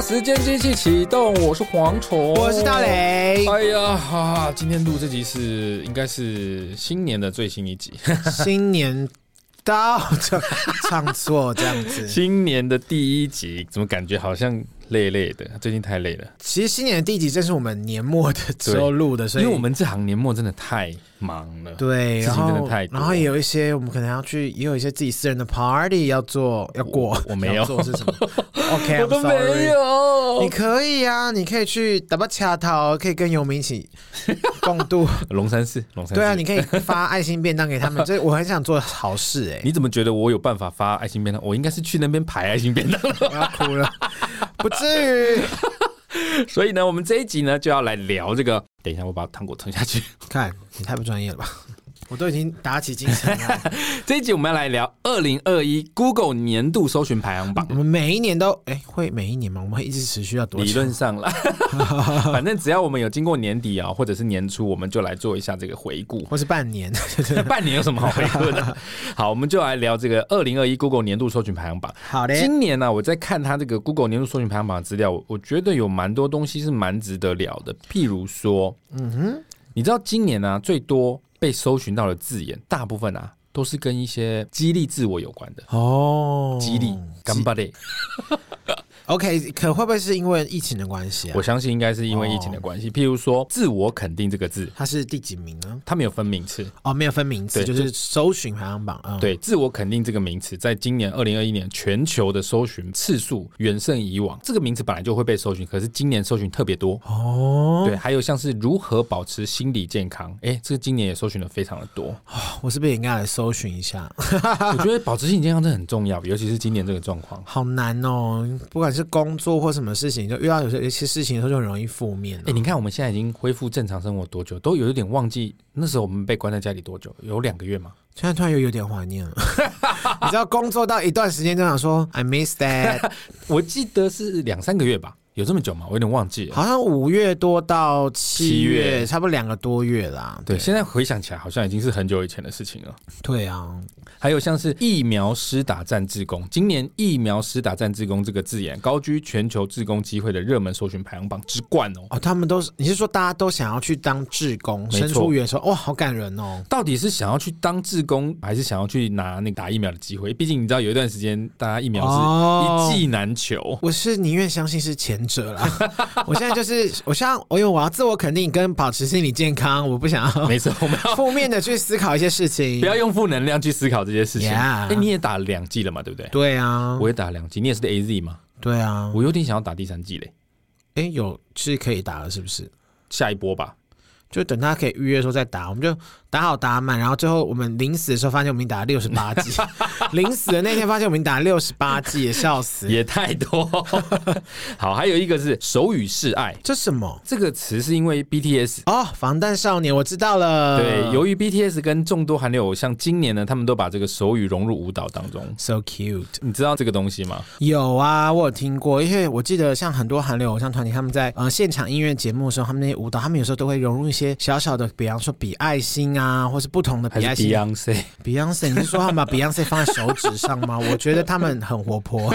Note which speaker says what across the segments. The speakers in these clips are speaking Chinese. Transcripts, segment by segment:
Speaker 1: 时间机器启动，我是蝗虫，
Speaker 2: 我是大。雷。
Speaker 1: 哎呀哈、哈，今天录这集是应该是新年的最新一 集，
Speaker 2: 新年到，就唱错这样 子。
Speaker 1: 新年的第一集，怎么感觉好像累累的？最近太累了，
Speaker 2: 其实新年的第一集正是我们年末的时候录的，所
Speaker 1: 因
Speaker 2: 以
Speaker 1: 为我们这行年末真的太忙了。
Speaker 2: 对，
Speaker 1: 事
Speaker 2: 然
Speaker 1: 情真的
Speaker 2: 后
Speaker 1: 太多
Speaker 2: 然后也有一些我们可能要去，也有一些自己私人的 party 要做，要过。
Speaker 1: 我没有
Speaker 2: 要做是 什么？OK，
Speaker 1: 我都
Speaker 2: I'm sorry
Speaker 1: 没。有
Speaker 2: 你。可以啊，你可以去打把卡头，可以跟游民 一起共度。
Speaker 1: 龙山寺，龙山寺。
Speaker 2: 对啊，你可以发爱心便当给他们，这我很想做好事哎、
Speaker 1: 你怎么觉得我有办法发爱心便当？我应该是去那边排爱心 便当了。
Speaker 2: 我要哭了，不至于。
Speaker 1: 所以呢，我们这一集呢就要来聊这个。等一下，我把糖果吞下去。
Speaker 2: 看你太不专业了吧！ 我都已经打起精神 来。
Speaker 1: 这一集我们要来聊二零二一 Google 年度搜寻排行榜
Speaker 2: 我。们每一年都哎、会每一年吗？我们会一直持续到多久？
Speaker 1: 理论 上啦，反正只要我们有经过年底啊，或者是年初，我们就来做一下这个回 顾。
Speaker 2: 或是半年？
Speaker 1: 半年有什么好回顾 的？好，我们就来聊这个二零二一 Google 年度搜寻排行榜。
Speaker 2: 好嘞，
Speaker 1: 今年呢、我在看它这个 Google 年度搜寻排行榜的资料，我我觉得有蛮多东西是蛮值得聊的。譬如说，
Speaker 2: 嗯哼，
Speaker 1: 你知道今年呢、最多被搜寻到的字眼，大部分啊都是跟一些激励自我有关的。
Speaker 2: 哦，
Speaker 1: 激励，干巴嘞！
Speaker 2: OK，可会不会是因为疫情的关系啊
Speaker 1: 我？相信应该是因为疫情的关
Speaker 2: 哦
Speaker 1: 系。譬如说，自我肯定这个字，
Speaker 2: 它是第几名呢？
Speaker 1: 它没有分名次。
Speaker 2: 哦，没有分名次，
Speaker 1: 对
Speaker 2: 就是搜寻排行榜。嗯，，
Speaker 1: 对，自我肯定这个名词，在今年二零二一年全球的搜寻次数远胜以往。这个名词本来就会被搜寻，可是今年搜寻特别多。
Speaker 2: 哦，
Speaker 1: 对，还有像是如何保持心理健康，哎，这个今年也搜寻的非常的多。
Speaker 2: 我是不是也应该来搜寻一下？
Speaker 1: 我觉得保持心理健康真的很重要，尤其是今年这个状 况。
Speaker 2: 好难哦，不管是工作或什么事情，就遇到有些有些事情的时候就很容易负面、哦。
Speaker 1: 哎，你看我们现在已经恢复正常生活多久，都有一点忘记那时候我们被关在家里多久，有两个月吗？
Speaker 2: 现在突然又有点怀念了， 你知道，工作到一段时间就想说 I miss that，
Speaker 1: 我记得是两三个月吧，有这么久吗？我有点忘记了。
Speaker 2: 好像五月多到
Speaker 1: 七
Speaker 2: 七
Speaker 1: 月
Speaker 2: 月，差不多两个多月啦。
Speaker 1: 对，现在回想起来，好像已经是很久以前的事情了。
Speaker 2: 对啊，
Speaker 1: 还有像是疫苗施打站志工，今年疫苗施打站志工这个字眼高居全球志工机会的热门搜寻排行榜之冠哦。
Speaker 2: 哦，他们都是，你是说大家都想要去当志工、
Speaker 1: 错
Speaker 2: 伸出援手？哇，好感人哦！
Speaker 1: 到底是想要去当志工，还是想要去拿那个打疫苗的机会？毕竟你知道有一段时间大家疫苗
Speaker 2: 哦
Speaker 1: 是一剂难求。
Speaker 2: 我是宁愿相信是前者啦。 我现在就是，我像，我因为我要自我肯定跟保持心理健康，我不想要
Speaker 1: 没错，我们要
Speaker 2: 负面的去思考一些事情
Speaker 1: 不。要用负能量去思考这些事情。哎
Speaker 2: Yeah
Speaker 1: 你也打了两剂了嘛，对不对？
Speaker 2: 对啊
Speaker 1: 我，也打了两剂，你也是 A Z 嘛？
Speaker 2: 对啊，
Speaker 1: 我有点想要打第三剂嘞，
Speaker 2: 哎、有是可以打了，是不是？
Speaker 1: 下一波吧。
Speaker 2: 就等他可以预约的时候再打，我们就打好打满，然后最后我们临死的时候发现我们已经打了六十八 剂，临死的那天发现我们已经打了六十八剂，也笑死。
Speaker 1: 也太多。 好，还有一个是手语示爱。
Speaker 2: 这什么？
Speaker 1: 这个词是因为 BTS
Speaker 2: 哦，防弹少年，我知道了。
Speaker 1: 对，由于 BTS 跟众多韩流偶像，今年呢，他们都把这个手语融入舞蹈当中。
Speaker 2: so cute。
Speaker 1: 你知道这个东西吗？
Speaker 2: 有啊，我有听过，因为我记得像很多韩流偶像团体，他们在呃现场音乐节目的时候，他们那些舞蹈，他们有时候都会融入一些小小的，比方说比爱心啊，或是不同的
Speaker 1: 还
Speaker 2: 比
Speaker 1: 是
Speaker 2: 爱心。
Speaker 1: Beyonce？
Speaker 2: Beyonce，你是说他们把 Beyonce 放在手指上吗？我觉得他们很活泼，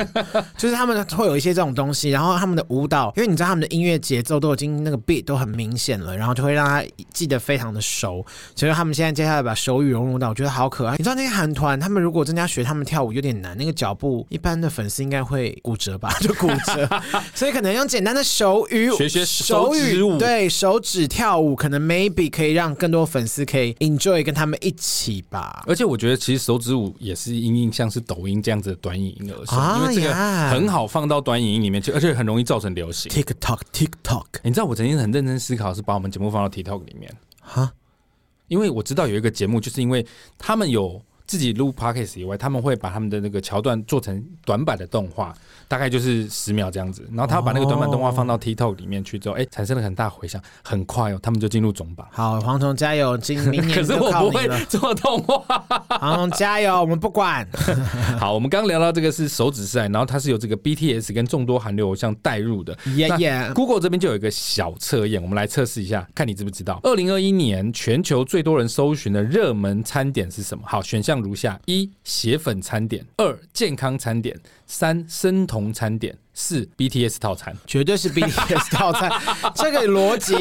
Speaker 2: 就是他们会有一些这种东西，然后他们的舞蹈，因为你知道他们的音乐节奏都已经那个 beat 都很明显了，然后就会让他记得非常的熟。所以他们现在接下来把手语融入到，我觉得好可爱。你知道那些韩团，他们如果真的要学他们跳舞有点难，那个脚步一般的粉丝应该会骨折吧，就骨折，所以可能用简单的手语
Speaker 1: 学学手
Speaker 2: 手
Speaker 1: 指
Speaker 2: 语
Speaker 1: 舞
Speaker 2: 对手指跳舞，可能 maybe 可以让更多粉丝可以 enjoy 跟他们一起吧。
Speaker 1: 而且我觉得其实手指舞也是因应像是抖音这样子的短影音而生，
Speaker 2: 啊
Speaker 1: 因为这个
Speaker 2: 呀
Speaker 1: 很好放到短影音里面去，而且很容易造成流行。
Speaker 2: TikTok TikTok
Speaker 1: 你知道我曾经很认真思考，是把我们节目放到 TikTok 里面，
Speaker 2: 哈，
Speaker 1: 因为我知道有一个节目，就是因为他们有自己录 podcast 以外，他们会把他们的那个桥段做成短版的动画，大概就是十秒这样子。然后他把那个短版动画放到 TikTok 里面去之后，哎、产生了很大回响，很快哦，他们就进入总榜。
Speaker 2: 好，蝗虫加油，今明
Speaker 1: 可
Speaker 2: 年
Speaker 1: 是
Speaker 2: 就
Speaker 1: 我
Speaker 2: 靠
Speaker 1: 不
Speaker 2: 你
Speaker 1: 会
Speaker 2: 了。
Speaker 1: 做动画。
Speaker 2: 蝗虫加油，我们不管。
Speaker 1: 好，我们刚聊到这个是手指赛，然后它是由这个 BTS 跟众多韩流偶像带入的。
Speaker 2: 耶
Speaker 1: 那
Speaker 2: 耶，
Speaker 1: Google 这边就有一个小测验，我们来测试一下，看你知不知道。二零二一年全球最多人搜寻的热门餐点是什么？好，选项如下：一、血粉餐点；二、健康餐点；三、生酮餐点；是 BTS 套餐，
Speaker 2: 绝对是 BTS 套餐，这个逻辑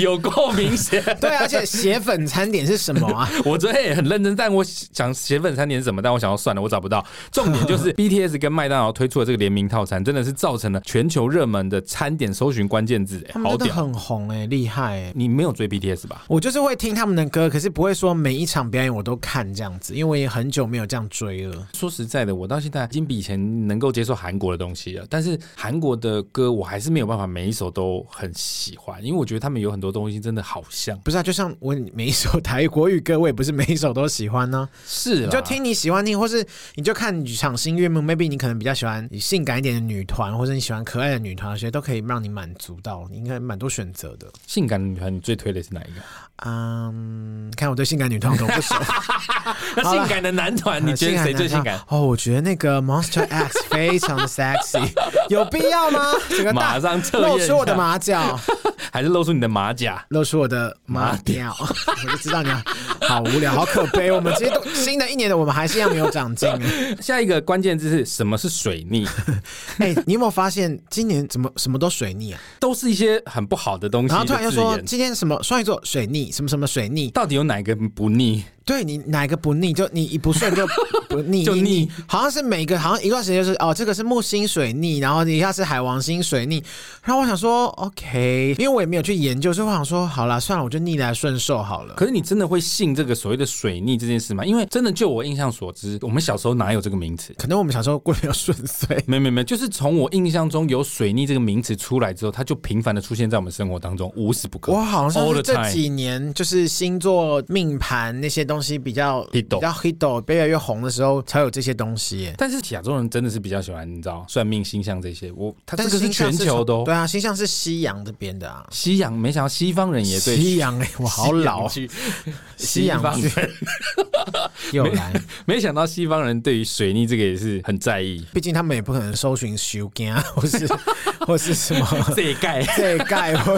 Speaker 1: 有够明显。
Speaker 2: 对，啊而且血粉餐点是什么啊？
Speaker 1: 我昨天也很认真，但我想写粉餐点是什么，但我想要算了，我找不到。重点 就是 BTS 跟麦当劳推出的这个联名套餐，真的是造成了全球热门的餐点搜寻关键字、
Speaker 2: 他
Speaker 1: 哎
Speaker 2: 们
Speaker 1: 好
Speaker 2: 真的
Speaker 1: 屌！
Speaker 2: 很红哎、厉害哎、
Speaker 1: 你没有追 BTS 吧？
Speaker 2: 我就是会听他们的歌，可是不会说每一场表演我都看这样子，因为我也很久没有这样追了。
Speaker 1: 说实在的，我到现在已经比以前能够接受韩国的东西了，但是韩国的歌我还是没有办法每一首都很喜欢，因为我觉得他们有很多东西真的好像
Speaker 2: 不是啊，就像我每一首台国语歌，我也不是每一首都喜欢啊呢、
Speaker 1: 是啊
Speaker 2: 你
Speaker 1: 啦
Speaker 2: 就听你喜欢听，或是你就看你赏心悦目。Maybe 你可能比较喜欢性感一点的女团，或者你喜欢可爱的女团，所以都可以让你满足到，你应该蛮多选择的。
Speaker 1: 性感的女团，你最推的是哪一 个？
Speaker 2: 嗯，看我对性感女团我都不熟。
Speaker 1: 那
Speaker 2: 好啦
Speaker 1: 性感的男团， 你觉得谁最性感？？
Speaker 2: 哦，我觉得那个 Monster X 非常的 sexy，有必要吗？整个大
Speaker 1: 马上测验
Speaker 2: 露
Speaker 1: 一下
Speaker 2: 出我的马脚。
Speaker 1: 还是露出你的马甲？
Speaker 2: 露出我的马屌，我就知道你要好无聊，好可悲。我们其实都新的一年的我们还是一样没有长进。
Speaker 1: 下一个关键字是什么？是水 逆，
Speaker 2: 哎、你有没有发现今年怎么什么都水逆啊？
Speaker 1: 都是一些很不好的东西。
Speaker 2: 然后突然又
Speaker 1: 的
Speaker 2: 说
Speaker 1: 字眼
Speaker 2: 今天什么双鱼座水逆，什么什么水逆，
Speaker 1: 到底有哪个不逆？
Speaker 2: 对你哪个不逆就你一不顺就 不逆，
Speaker 1: 就
Speaker 2: 逆
Speaker 1: 逆
Speaker 2: 好像是每个好像一段时间就是哦，这个是木星水逆，然后一下是海王星水逆，然后我想说 OK，因为我也没有去研究，所以我想说好啦，算了，我就逆来顺受好了。
Speaker 1: 可是你真的会信这个所谓的水逆这件事吗？因为真的就我印象所知，我们小时候哪有这个名词？
Speaker 2: 可能我们小时候过得比较顺遂，
Speaker 1: 没有没有没有，就是从我印象中有水逆这个名词出来之后，它就频繁的出现在我们生活当中，无时不刻。
Speaker 2: 我好像
Speaker 1: all
Speaker 2: 是
Speaker 1: the
Speaker 2: 这
Speaker 1: time。
Speaker 2: 几年就是星座命盘那些东西比较
Speaker 1: Hit
Speaker 2: 比较 hit 越来越红的时候才有这些东西耶。
Speaker 1: 但是亚洲人真的是比较喜欢，你知道算命星象这些，我它
Speaker 2: 但
Speaker 1: 这个是
Speaker 2: 星象
Speaker 1: 全球哦
Speaker 2: 从
Speaker 1: 都、
Speaker 2: 对啊，星象是西洋这边的啊。
Speaker 1: 西洋，没想到西方人也对
Speaker 2: 西洋哎、我好老，
Speaker 1: 西洋剧
Speaker 2: 西洋
Speaker 1: 方
Speaker 2: 剧又来，
Speaker 1: 没想到西方人对于水逆这个也是很在意。
Speaker 2: 毕竟他们也不可能搜寻修干啊， 或是或是什么
Speaker 1: 这盖
Speaker 2: 这盖，或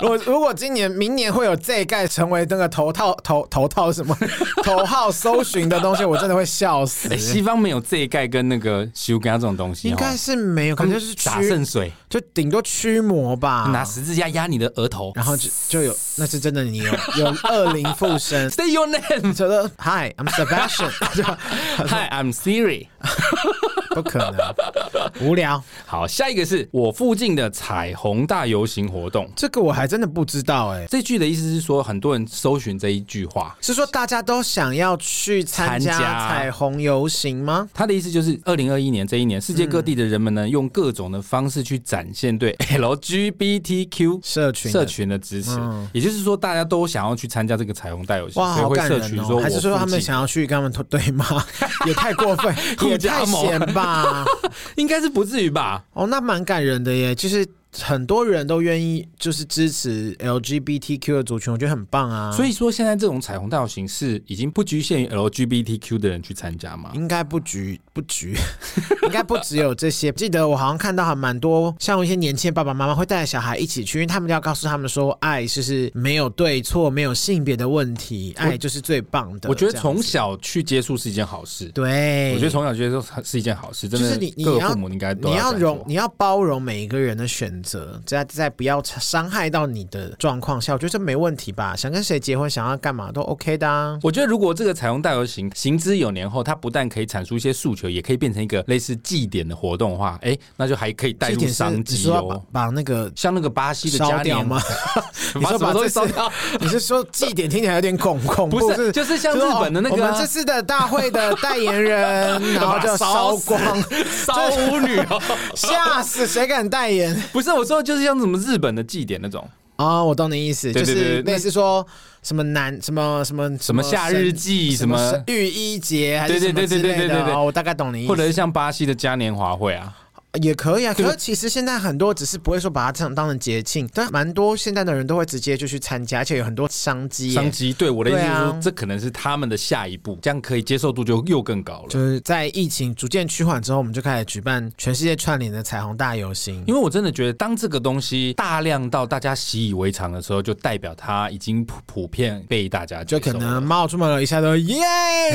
Speaker 2: 如果如果今年明年会有这盖成为那个头套头头套什么 头号搜寻的东西，我真的会笑死
Speaker 1: 哎、。西方没有这一盖跟那个修干这种东西哦，
Speaker 2: 应该是没有，
Speaker 1: 他
Speaker 2: 可
Speaker 1: 们
Speaker 2: 能就是
Speaker 1: 洒
Speaker 2: 驱
Speaker 1: 圣水，
Speaker 2: 就顶多驱魔吧，
Speaker 1: 拿十字架压你的额头。
Speaker 2: 然后就就有，那是真的你有有恶灵附身
Speaker 1: ，Say your name。
Speaker 2: 觉得 Hi, I'm Sebastian，就
Speaker 1: Hi, I'm Siri。
Speaker 2: 不可能，无聊。
Speaker 1: 好，下一个是我附近的彩虹大游行活动。
Speaker 2: 这个我还真的不知道哎、
Speaker 1: 这句的意思是说，很多人搜寻这一句话，
Speaker 2: 是说大家都想要去参加
Speaker 1: 参加
Speaker 2: 彩虹游行吗？
Speaker 1: 他的意思就是，二零二一年这一年，世界各地的人们呢，
Speaker 2: 嗯
Speaker 1: 用各种的方式去展现对 LGBTQ
Speaker 2: 社群的
Speaker 1: 社群的支持。
Speaker 2: 嗯
Speaker 1: 也就是说，大家都想要去参加这个彩虹大游行，
Speaker 2: 哇，
Speaker 1: 所以
Speaker 2: 好
Speaker 1: 会
Speaker 2: 感
Speaker 1: 社群
Speaker 2: 人
Speaker 1: 说
Speaker 2: 哦！
Speaker 1: 我
Speaker 2: 还是说他
Speaker 1: 附
Speaker 2: 们
Speaker 1: 近
Speaker 2: 想要去跟他们 对骂，也太过分，也太闲吧？
Speaker 1: 应该是不至于吧？
Speaker 2: 哦，那蛮感人的耶，就是很多人都愿意就是支持 LGBTQ 的族群，我觉得很棒啊。
Speaker 1: 所以说，现在这种彩虹大游行是已经不局限于 LGBTQ 的人去参加吗？
Speaker 2: 应该不局不局， 应该不只有这些。记得我好像看到还蛮多，像一些年轻的爸爸妈妈会带着小孩一起去，因为他们要告诉他们说，爱就是没有对错，没有性别的问题，爱就是最棒的。
Speaker 1: 我觉得
Speaker 2: 这样
Speaker 1: 从小去接触是一件好事。
Speaker 2: 对，
Speaker 1: 我觉得从小接触是一件好事，真
Speaker 2: 哎就是
Speaker 1: 的
Speaker 2: 你，你
Speaker 1: 各个
Speaker 2: 要
Speaker 1: 父母应该都
Speaker 2: 你要
Speaker 1: 这样
Speaker 2: 容
Speaker 1: 做，
Speaker 2: 你要包容每一个人的选择，在在不要伤害到你的状况下，我觉得这没问题吧？想跟谁结婚，想要干嘛都 OK 的啊。
Speaker 1: 我觉得如果这个彩虹大游行行之有年后，它不但可以阐述一些诉求，也可以变成一个类似祭典的活动的话，哎，那就还可以带
Speaker 2: 这一
Speaker 1: 入
Speaker 2: 点是
Speaker 1: 商
Speaker 2: 你
Speaker 1: 机
Speaker 2: 说要
Speaker 1: 哦。
Speaker 2: 把把那个
Speaker 1: 像那个巴西的
Speaker 2: 烧
Speaker 1: 嘉
Speaker 2: 掉
Speaker 1: 年
Speaker 2: 吗？？
Speaker 1: 你
Speaker 2: 你说把
Speaker 1: 东
Speaker 2: 这
Speaker 1: 西烧
Speaker 2: 次
Speaker 1: 掉？
Speaker 2: 你是说祭典听起来有点恐恐怖？
Speaker 1: 不是，就是像日本的那
Speaker 2: 就
Speaker 1: 个
Speaker 2: 是哦我们
Speaker 1: 啊
Speaker 2: 这次的大会的代言 人，然后就 烧
Speaker 1: 烧死
Speaker 2: 光，
Speaker 1: 烧舞女哦，
Speaker 2: 吓死！谁敢代言
Speaker 1: 不是我说就是像什么日本的祭典那种，
Speaker 2: 啊、哦我懂你意思，
Speaker 1: 对对
Speaker 2: 就是
Speaker 1: 对对
Speaker 2: 类似说什么男什么什么
Speaker 1: 什么夏日祭
Speaker 2: 哦什
Speaker 1: 什么
Speaker 2: 神浴衣节还是什
Speaker 1: 对
Speaker 2: 么
Speaker 1: 对
Speaker 2: 之
Speaker 1: 对对
Speaker 2: 类
Speaker 1: 对对对
Speaker 2: 的，
Speaker 1: 对
Speaker 2: 哦，我大概懂你意思。
Speaker 1: 或者是像巴西的嘉年华会啊。
Speaker 2: 也可以啊，
Speaker 1: 对
Speaker 2: 可是其实现在很多只是不会说把它当当成节庆，但蛮多现在的人都会直接就去参加，而且有很多商机耶，
Speaker 1: 商机。对我的意思是
Speaker 2: 对
Speaker 1: 说，
Speaker 2: 啊
Speaker 1: 这可能是他们的下一步，这样可以接受度就又更高了。
Speaker 2: 就是在疫情逐渐趋缓之后，我们就开始举办全世界串联的彩虹大游行。
Speaker 1: 因为我真的觉得，当这个东西大量到大家习以为常的时候，就代表它已经普普遍被大家
Speaker 2: 就
Speaker 1: 接受
Speaker 2: 可
Speaker 1: 了
Speaker 2: 能冒出门了一下都耶，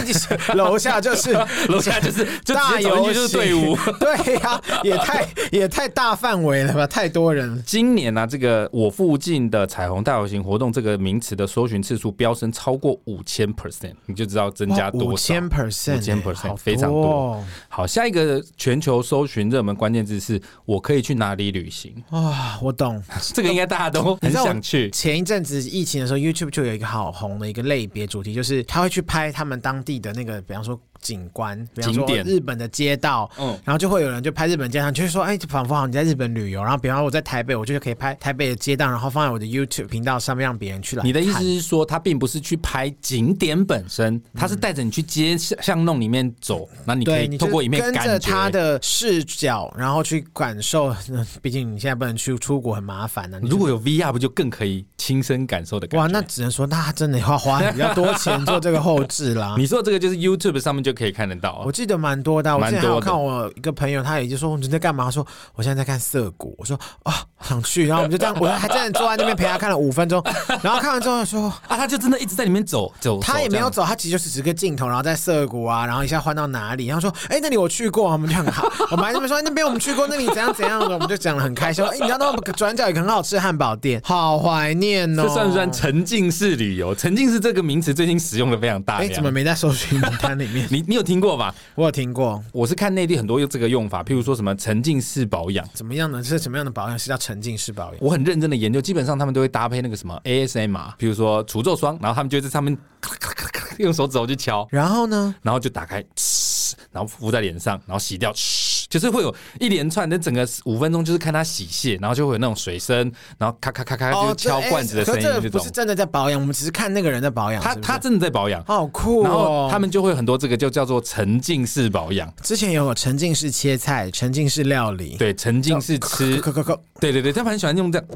Speaker 2: 就是楼下就是
Speaker 1: 楼下就是就直
Speaker 2: 大
Speaker 1: 接走进
Speaker 2: 游
Speaker 1: 去就是队伍，
Speaker 2: 行，对呀、也太也太大范围了吧，太多人了。
Speaker 1: 今年呢、啊这个我附近的彩虹大游行活动这个名词的搜寻次数飙升超过五千 percent，你就知道增加多
Speaker 2: 五
Speaker 1: 少。
Speaker 2: 千 percent，哦
Speaker 1: 5000%非常多好，下一个全球搜寻热门关键字是“我可以去哪里旅行
Speaker 2: 哇！啊我懂。”，
Speaker 1: 这个应该大家都很想去。
Speaker 2: 前一阵子疫情的时候，YouTube 就有一个好红的一个类别主题，就是他会去拍他们当地的那个，比方说景观，比方
Speaker 1: 景
Speaker 2: 说
Speaker 1: 点
Speaker 2: 日本的街道，
Speaker 1: 嗯，
Speaker 2: 然后就会有人就拍日本街道，就是说，哎，仿佛好像你在日本旅游。然后，比方说我在台北，我就可以拍台北的街道，然后放在我的 YouTube 频道上面让别人去来看。
Speaker 1: 你的意思是说，它并不是去拍景点本
Speaker 2: 嗯
Speaker 1: 身，它是带着你去街巷巷弄里面走，那你可
Speaker 2: 对，
Speaker 1: 以
Speaker 2: 你
Speaker 1: 透
Speaker 2: 就
Speaker 1: 过里面
Speaker 2: 跟
Speaker 1: 感
Speaker 2: 着
Speaker 1: 觉
Speaker 2: 他的视角，然后去感受。毕竟你现在不能去出国，很麻烦呢、啊你就
Speaker 1: 如果有 VR，不就更可以亲身感受的感觉？
Speaker 2: 哇，那只能说，那他真的要花比较多钱做这个后置啦。
Speaker 1: 你说这个就是 YouTube 上面就可以看得到啊
Speaker 2: 我，记得蛮多的啊，我
Speaker 1: 蛮
Speaker 2: 之前还
Speaker 1: 多
Speaker 2: 有
Speaker 1: 的
Speaker 2: 看我一个朋友，他也就说你在干嘛？他说我现在在看涩谷。我说啊，想去，然后我们就这样，我 还真的坐在那边陪他看了五分钟，然后看完之后 说。
Speaker 1: 啊，他就真的一直在里面走走，
Speaker 2: 他也
Speaker 1: 这
Speaker 2: 没
Speaker 1: 样
Speaker 2: 有走，他其实就是指个镜头，然后在涩谷啊，然后一下换到哪里，然后说：“哎、那里我去过。”我们就很好， 我们还在那边说：“哎那边我们去过，那里怎样怎样的。”我们就讲的很开心。哎、你知道那个转角有个很好吃的汉堡店，好怀念 哦。
Speaker 1: 这算不算沉浸式旅游？沉浸式这个名词最近使用的非常大
Speaker 2: 哎、
Speaker 1: 量。？
Speaker 2: 怎么没在搜寻名单里面
Speaker 1: 你你有听过吧？
Speaker 2: 我有听过，
Speaker 1: 我是看内地很多用这个用法，譬如说什么沉浸式保养，
Speaker 2: 怎么样呢？是什么样的保养是叫沉浸式保养？
Speaker 1: 我很认真的研究，基本上他们都会搭配那个什么 ASMR，譬如说除皱霜，然后他们就会在上面咔咔咔咔咔用手指头去敲，
Speaker 2: 然后呢？
Speaker 1: 然后就打开，嘶然后敷在脸上，然后洗掉，嘶就是会有一连串的整个五分钟，就是看它洗卸，然后就会有那种水声，然后咔咔咔咔就是敲罐子的声音
Speaker 2: 哦这哎可
Speaker 1: 这
Speaker 2: 这不
Speaker 1: 种
Speaker 2: 是。真的在保养，我们只是看那个人在保养。
Speaker 1: 他
Speaker 2: 是不是
Speaker 1: 他真的在保养，
Speaker 2: 好酷哦！
Speaker 1: 然后他们就会有很多这个就叫做沉浸式保养，
Speaker 2: 之前有沉浸式切菜、沉浸式料理，
Speaker 1: 对，沉浸式吃，
Speaker 2: 扣扣扣扣
Speaker 1: 对对对，他们很喜欢用这样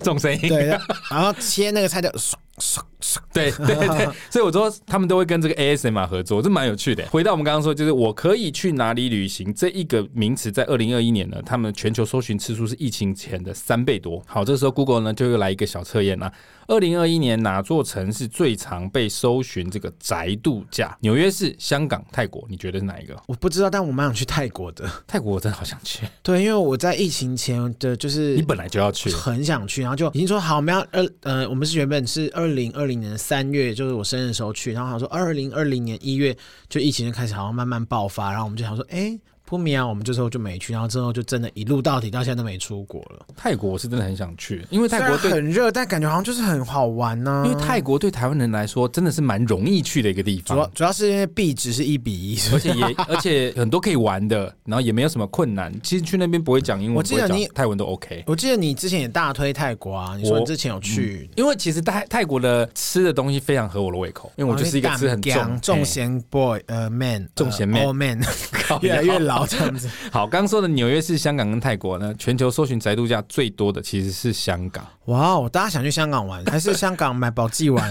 Speaker 1: 这种声音，
Speaker 2: 对，然后切那个菜就唰唰唰，
Speaker 1: 对对对，所以我说他们都会跟这个 ASMR 合作，这蛮有趣的。回到我们刚刚说，就是我可以去哪里旅行这一个名词，在二零二一年呢，他们全球搜寻次数是疫情前的三倍多。好，这时候 Google 呢就又来一个小测验啦。二零二一年哪座城市最常被搜寻这个宅度假？纽约市、香港、泰国，你觉得是哪一个？
Speaker 2: 我不知道，但我蛮想去泰国的。
Speaker 1: 泰国我真的好想去，
Speaker 2: 对，因为我在疫情前的，就是
Speaker 1: 你本来就要去。
Speaker 2: 很想去，然后就已经说好，我们要二呃，我们是原本是二零二零年三月，就是我生日的时候去，然后好像说二零二零年一月就疫情就开始好像慢慢爆发，然后我们就想说，哎。扑米啊，我们这时候就没去，然后之后就真的一路到底，到现在都没出国了。
Speaker 1: 泰国我是真的很想去，因为泰国
Speaker 2: 虽
Speaker 1: 对
Speaker 2: 然很热，但感觉好像就是很好玩呢、
Speaker 1: 因为泰国对台湾人来说真的是蛮容易去的一个地
Speaker 2: 主要
Speaker 1: 方，
Speaker 2: 主要是因为币值是一比一，
Speaker 1: 而且也而且很多可以玩的，然后也没有什么困难。其实去那边不会讲英文，
Speaker 2: 我记
Speaker 1: 不
Speaker 2: 得
Speaker 1: 会讲
Speaker 2: 你
Speaker 1: 泰文都 OK。
Speaker 2: 我记得你之前也大推泰国啊，你说你之前有去，
Speaker 1: 因为其实泰泰国的吃的东西非常合我的胃口，因为我就是一个吃很
Speaker 2: 然后你
Speaker 1: 重
Speaker 2: 敢重咸 boy 呃 man
Speaker 1: 重咸 man
Speaker 2: l man
Speaker 1: 靠腰
Speaker 2: 越来越老这样子。
Speaker 1: 好，刚刚说的纽约市、香港跟泰国呢，全球搜寻宅度假最多的其实是香 港。
Speaker 2: 哇哦，大家想去香港玩，还是香港买保济丸？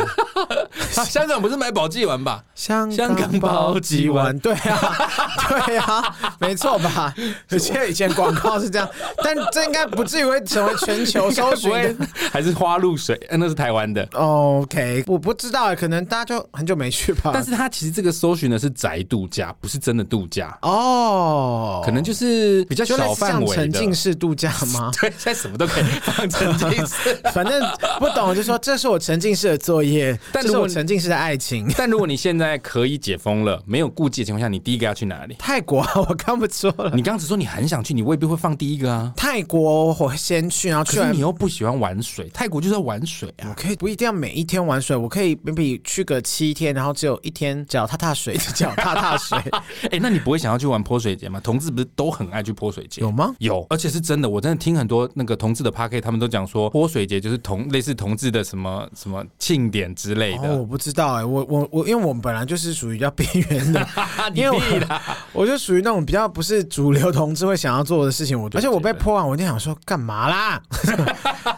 Speaker 1: 啊香港不是买宝记丸吧？
Speaker 2: 香
Speaker 1: 香港保济丸，
Speaker 2: 对啊，对啊，没错 吧？我记得以前广告是这样，但这应该不至于会成为 全球搜寻
Speaker 1: 该
Speaker 2: 的
Speaker 1: 不。会还是花露水？呃那是台湾的。
Speaker 2: OK，我不知道，可能大家就很久没去吧。
Speaker 1: 但是它其实这个搜寻的是宅度假，不是真的度假。
Speaker 2: 哦，
Speaker 1: 可能就是比较
Speaker 2: 就类
Speaker 1: 小
Speaker 2: 似
Speaker 1: 范
Speaker 2: 像
Speaker 1: 围
Speaker 2: 沉
Speaker 1: 的，
Speaker 2: 浸式度假吗？
Speaker 1: 对，现在什么都可以放沉浸式。
Speaker 2: 反正不懂就说这是我沉浸式的作业，
Speaker 1: 但
Speaker 2: 这
Speaker 1: 如
Speaker 2: 是
Speaker 1: 果
Speaker 2: 我沉浸式的爱情。
Speaker 1: 但如果你现在可以解封了，没有顾忌的情况下，你第一个要去哪 里？
Speaker 2: 泰国啊我看不出了，
Speaker 1: 你刚刚只说你很想去，你未必会放第一个啊。
Speaker 2: 泰国我会先去，然后
Speaker 1: 可
Speaker 2: 去
Speaker 1: 是
Speaker 2: 完
Speaker 1: 你。又不喜欢玩水，泰国就是要玩水啊。
Speaker 2: 我可以不一定要每一天玩水，我可以 maybe 去个七天，然后只有一天脚踏踏水，脚踏踏水
Speaker 1: 哎、那你不会想要去玩泼水节吗？同志不是都很爱去泼水节？
Speaker 2: 有吗？
Speaker 1: 有，而且是真的，我真的听很多那个同志的 p a r k 他们都讲说泼水节就是同类似同志的什么什么庆典之类
Speaker 2: 哦，
Speaker 1: 的。
Speaker 2: 我不知道哎、我我我，因为我们本来就是属于比较边缘的，
Speaker 1: 啊你
Speaker 2: 因为
Speaker 1: 屁
Speaker 2: 我
Speaker 1: 啦
Speaker 2: 我就属于那种比较不是主流同志会想要做的事情，我而且我被
Speaker 1: 基本
Speaker 2: 泼完，我就想说干嘛啦？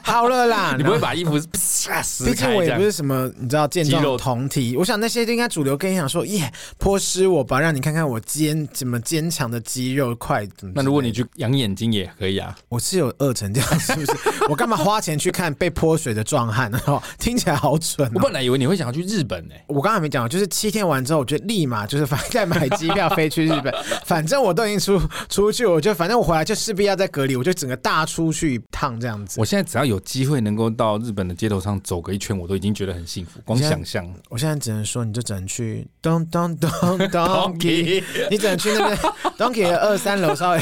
Speaker 2: 好了啦，
Speaker 1: 啊你不会把衣服吓撕
Speaker 2: 毕
Speaker 1: 开
Speaker 2: 竟我
Speaker 1: 这
Speaker 2: 也
Speaker 1: 样
Speaker 2: 不？是什么你知道健
Speaker 1: 肌
Speaker 2: 壮
Speaker 1: 肉
Speaker 2: 的同体，我想那些应该主流跟你讲说，耶，泼湿我吧，让你看看我坚怎么坚强的肌肉块怎么之类的。
Speaker 1: 那如果你去养眼睛也可以啊。
Speaker 2: 我是有饿成这样， 是不是？我干嘛花钱去看被泼水的壮汉？然后听起来好蠢
Speaker 1: 我嗯
Speaker 2: 哦、
Speaker 1: 本来以为你会想要去去日本呢、
Speaker 2: 我刚才没讲，啊就是七天完之后，我就立马就是反再买机票飞去日 本。反正我都已经出出去，我就反正我回来就势必要在隔离，我就整个大出去一趟这样子。
Speaker 1: 我现在只要有机会能够到日本的街头上走个一圈，我都已经觉得很幸福。光
Speaker 2: 你现在
Speaker 1: 想象
Speaker 2: 我现在只能说，你就只能去咚咚咚 donkey，
Speaker 1: ，Donkey，
Speaker 2: 你只能去 那个 donkey 的二三楼稍微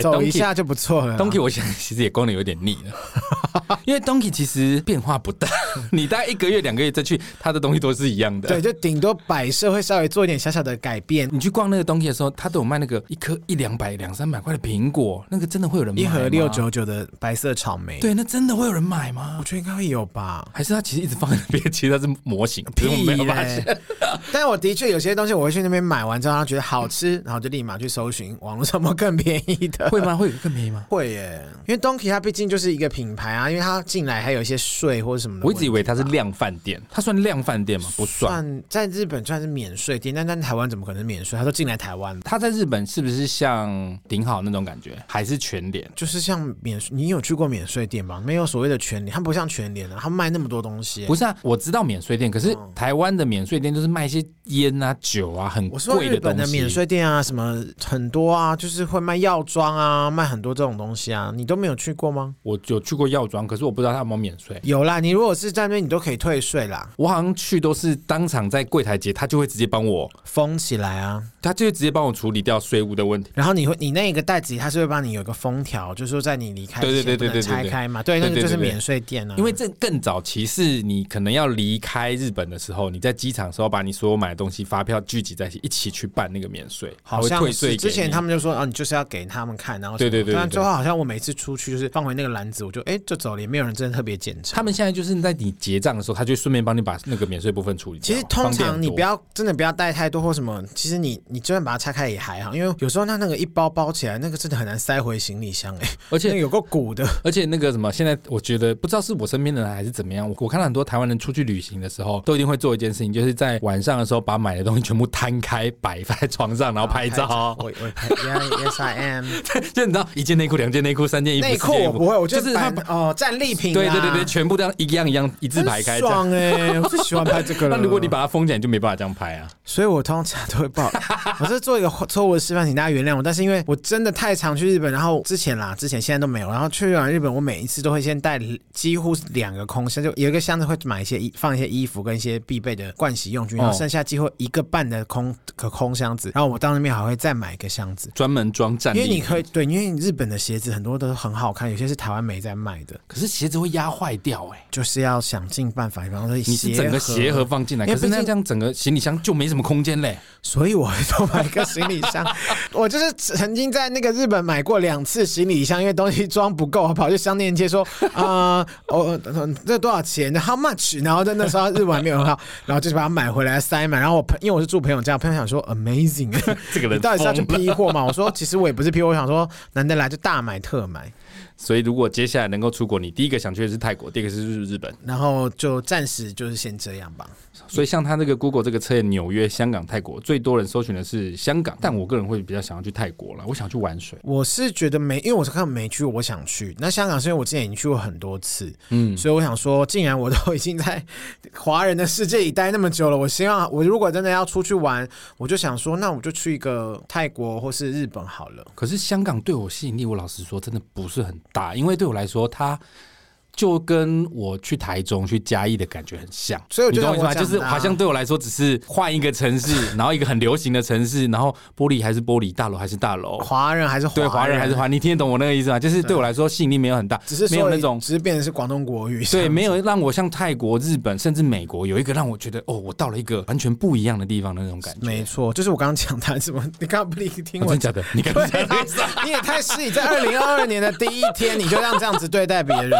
Speaker 2: 走一下就不错了。
Speaker 1: 哎 Donkey，我现在其实也逛的有点腻了， 因为 Donkey 其实变化不 大，你大概一个月、两个月再去，它的东西都是一样的。
Speaker 2: 对，，就顶多摆设会稍微做一点小小的改变。
Speaker 1: 你去逛那个 Donkey 的时候，它都有卖那个一颗一两百、两三百块的苹果，那个真的会有人买
Speaker 2: 一
Speaker 1: 吗
Speaker 2: 盒六？九九的白色草莓，，
Speaker 1: 哎对，那真的会有人买
Speaker 2: 我
Speaker 1: 吗？
Speaker 2: 觉得应该会有吧。
Speaker 1: 还是它其实一直放在那边，其实它是模型，只是我
Speaker 2: 屁
Speaker 1: 们 没有发现。
Speaker 2: 嘞！ 但是我的确有些东西，我会去那边买完之后，然后觉得好 吃，然后就立马去搜寻网络上有没有更便宜的。
Speaker 1: 会吗？会有更便宜吗？
Speaker 2: 会耶，因为 Donkey 它毕竟就是一个品牌啊，因为它进来还有一些税或者什么的
Speaker 1: 我
Speaker 2: 问
Speaker 1: 一直
Speaker 2: 题。
Speaker 1: 以为它是量贩店，它算量贩店吗？不算。
Speaker 2: 算在日本算是免税店，但但台湾怎么可能免税？它都进来台湾了，
Speaker 1: 它在日本是不是像顶好那种感觉，还是全脸？
Speaker 2: 就是像免税，你有去过免税店吗？没有所谓的全联，它不像全联啊，它卖那么多东西耶。
Speaker 1: 不是啊，我知道免税店，可是
Speaker 2: 哦
Speaker 1: 台湾的免税店就是卖一些烟啊、酒啊，很
Speaker 2: 我说
Speaker 1: 贵
Speaker 2: 日
Speaker 1: 东
Speaker 2: 本的
Speaker 1: 西。
Speaker 2: 免税店啊，什么很多啊，就是会卖药妆啊，卖很多这种东西啊，你都没有去过吗？
Speaker 1: 我有去过药妆，可是我不知道它有没有免税。
Speaker 2: 有啦，你如果是在那边，你都可以退税啦，
Speaker 1: 我好像去都是当场在柜台结，他就会直接帮我，
Speaker 2: 封起来啊。
Speaker 1: 他就会直接帮我处理掉税务的问题。
Speaker 2: 然后你会，你那个袋子它是会帮你有一个封条，就是说在你离开
Speaker 1: 对对对
Speaker 2: 之前不
Speaker 1: 对对
Speaker 2: 能
Speaker 1: 对
Speaker 2: 拆
Speaker 1: 对
Speaker 2: 开嘛，对，
Speaker 1: 对
Speaker 2: 那个
Speaker 1: 对
Speaker 2: 就是
Speaker 1: 对对
Speaker 2: 免税店啊。
Speaker 1: 因为这更早期是你可能要离开日本的时候，你在机场的时候把你所有买的东西、发票聚集在一起，一起去办那个免税，
Speaker 2: 好
Speaker 1: 他会
Speaker 2: 像
Speaker 1: 退
Speaker 2: 是
Speaker 1: 税
Speaker 2: 之前他
Speaker 1: 们
Speaker 2: 们就说啊，你就是要给他们看，然后什
Speaker 1: 对
Speaker 2: 么
Speaker 1: 对对对
Speaker 2: 但
Speaker 1: 对
Speaker 2: 最后好像我每次出去就是放回那个篮子，我就哎就走了，也没有人真的特别检 查。
Speaker 1: 他们现在就是在你结账的时候，他就顺便帮你把那个免税部分处理掉。
Speaker 2: 其实通
Speaker 1: 方便
Speaker 2: 常
Speaker 1: 很
Speaker 2: 你
Speaker 1: 多
Speaker 2: 不要真的不要带太多或什么，其实你你就算把它拆开也还好，因为有时候它那个一包包起来，那个真的很难塞回行李箱哎、
Speaker 1: 而
Speaker 2: 那
Speaker 1: 且
Speaker 2: 个有够鼓的。
Speaker 1: 而且那个什么，现在我觉得不知道是我身边的人还是怎么样，我我看到很多台湾人出去旅行的时候，都一定会做一件事情，就是在晚上的时候把买的东西全部摊开摆在床上，然后 拍 照。
Speaker 2: 我我拍 yeah, yes I am。
Speaker 1: 就你知道，一件内裤、两件内裤、三件衣服、
Speaker 2: 内
Speaker 1: 四
Speaker 2: 裤
Speaker 1: 件衣
Speaker 2: 我
Speaker 1: 服
Speaker 2: 不会，我
Speaker 1: 就
Speaker 2: 就是
Speaker 1: 是他
Speaker 2: 摆
Speaker 1: 把。
Speaker 2: 哦战利品、啊。
Speaker 1: 对对对对， 全部这样一样一样一字排开
Speaker 2: 很
Speaker 1: 这样。
Speaker 2: 爽哎、我最喜欢拍这个 了。
Speaker 1: 那如果你，把它封起来，你就没办法这样拍啊。
Speaker 2: 所以我通常都会 爆。我是做一个错误的示范，请大家原谅我。但是因为我真的太常去日本，然后之前啦，之前现在都没有。然后去完日本，我每一次都会先带几乎是两个空箱，就有一个箱子会买一些衣，放一些衣服跟一些必备的盥洗用具，然后
Speaker 1: 哦
Speaker 2: 剩下几乎一个半的空可空箱子。然后我到那边还会再买一个箱子。
Speaker 1: 专门装站立
Speaker 2: 因
Speaker 1: 的，
Speaker 2: 为你可以对，因为日本的鞋子很多都很好看，有些是台湾没在卖的，
Speaker 1: 可是鞋子会压坏掉哎、
Speaker 2: 就是要想尽办法，比方说
Speaker 1: 你是整个鞋盒放进来，
Speaker 2: 因为
Speaker 1: 可
Speaker 2: 毕
Speaker 1: 是
Speaker 2: 竟
Speaker 1: 那这样整个行李箱就没什么空间嘞。
Speaker 2: 所以我都买一个行李箱。 我就是曾经在那个日本买过两次行李箱，因为东西装不够，我跑去商店街说：“ 啊、哦，呃这多少钱？How much？” 然后在那时候日文还没有很好， 然后就是把它买回来塞满。然后我朋因为我是住朋友家，朋友想说 “amazing”，
Speaker 1: 这个
Speaker 2: 你
Speaker 1: 人
Speaker 2: 到底是要去
Speaker 1: 疯了
Speaker 2: 批货吗？我说其实我也不是批货，我想说难得来就大买特买。
Speaker 1: 所以如果接下来能够出国，你第一个想去的是泰国，第二个是日本。
Speaker 2: 然后就暂时就是先这样吧。
Speaker 1: 所以像他这个 Google 这个测验，纽约、香港、泰国，最多人搜寻的是香港，但我个人会比较想要去泰国了，我想去玩水。
Speaker 2: 我是觉得没，因为我是看没去，我想去。那香港是因为我之前已经去过很多次，
Speaker 1: 嗯，
Speaker 2: 所以我想说，既然我都已经在华人的世界里待那么久了，我希望我如果真的要出去玩，我就想说，那我就去一个泰国或是日本好了。
Speaker 1: 可是香港对我吸引力，我老实说真的不是很大，因为对我来说，它就跟我去台中、去嘉义的感觉很像。
Speaker 2: 所以我
Speaker 1: 你
Speaker 2: 就
Speaker 1: 懂
Speaker 2: 想
Speaker 1: 我意思吗？
Speaker 2: 我讲
Speaker 1: 就是
Speaker 2: 的啊
Speaker 1: 好像对我来说，只是换一个城市，然后一个很流行的城市，然后玻璃还是玻璃，大楼还是大楼，
Speaker 2: 华哦人还是
Speaker 1: 对华人还是华，你听得懂我那个意思吗？就是对我来说吸引力没有很大，
Speaker 2: 只是
Speaker 1: 没
Speaker 2: 说
Speaker 1: 有那种
Speaker 2: 只是变成是广东国语。
Speaker 1: 对，没有让我像泰国、日本甚至美国有一个让我觉得哦，我到了一个完全不一样的地方的那种感觉。
Speaker 2: 没错，就是我刚刚讲的什么，你刚刚不理听
Speaker 1: 哦
Speaker 2: 我
Speaker 1: 真的假的？你刚
Speaker 2: 对
Speaker 1: 才
Speaker 2: 啊， 你也太失礼，在二零二二年的第一天，你就让这样子对待别人，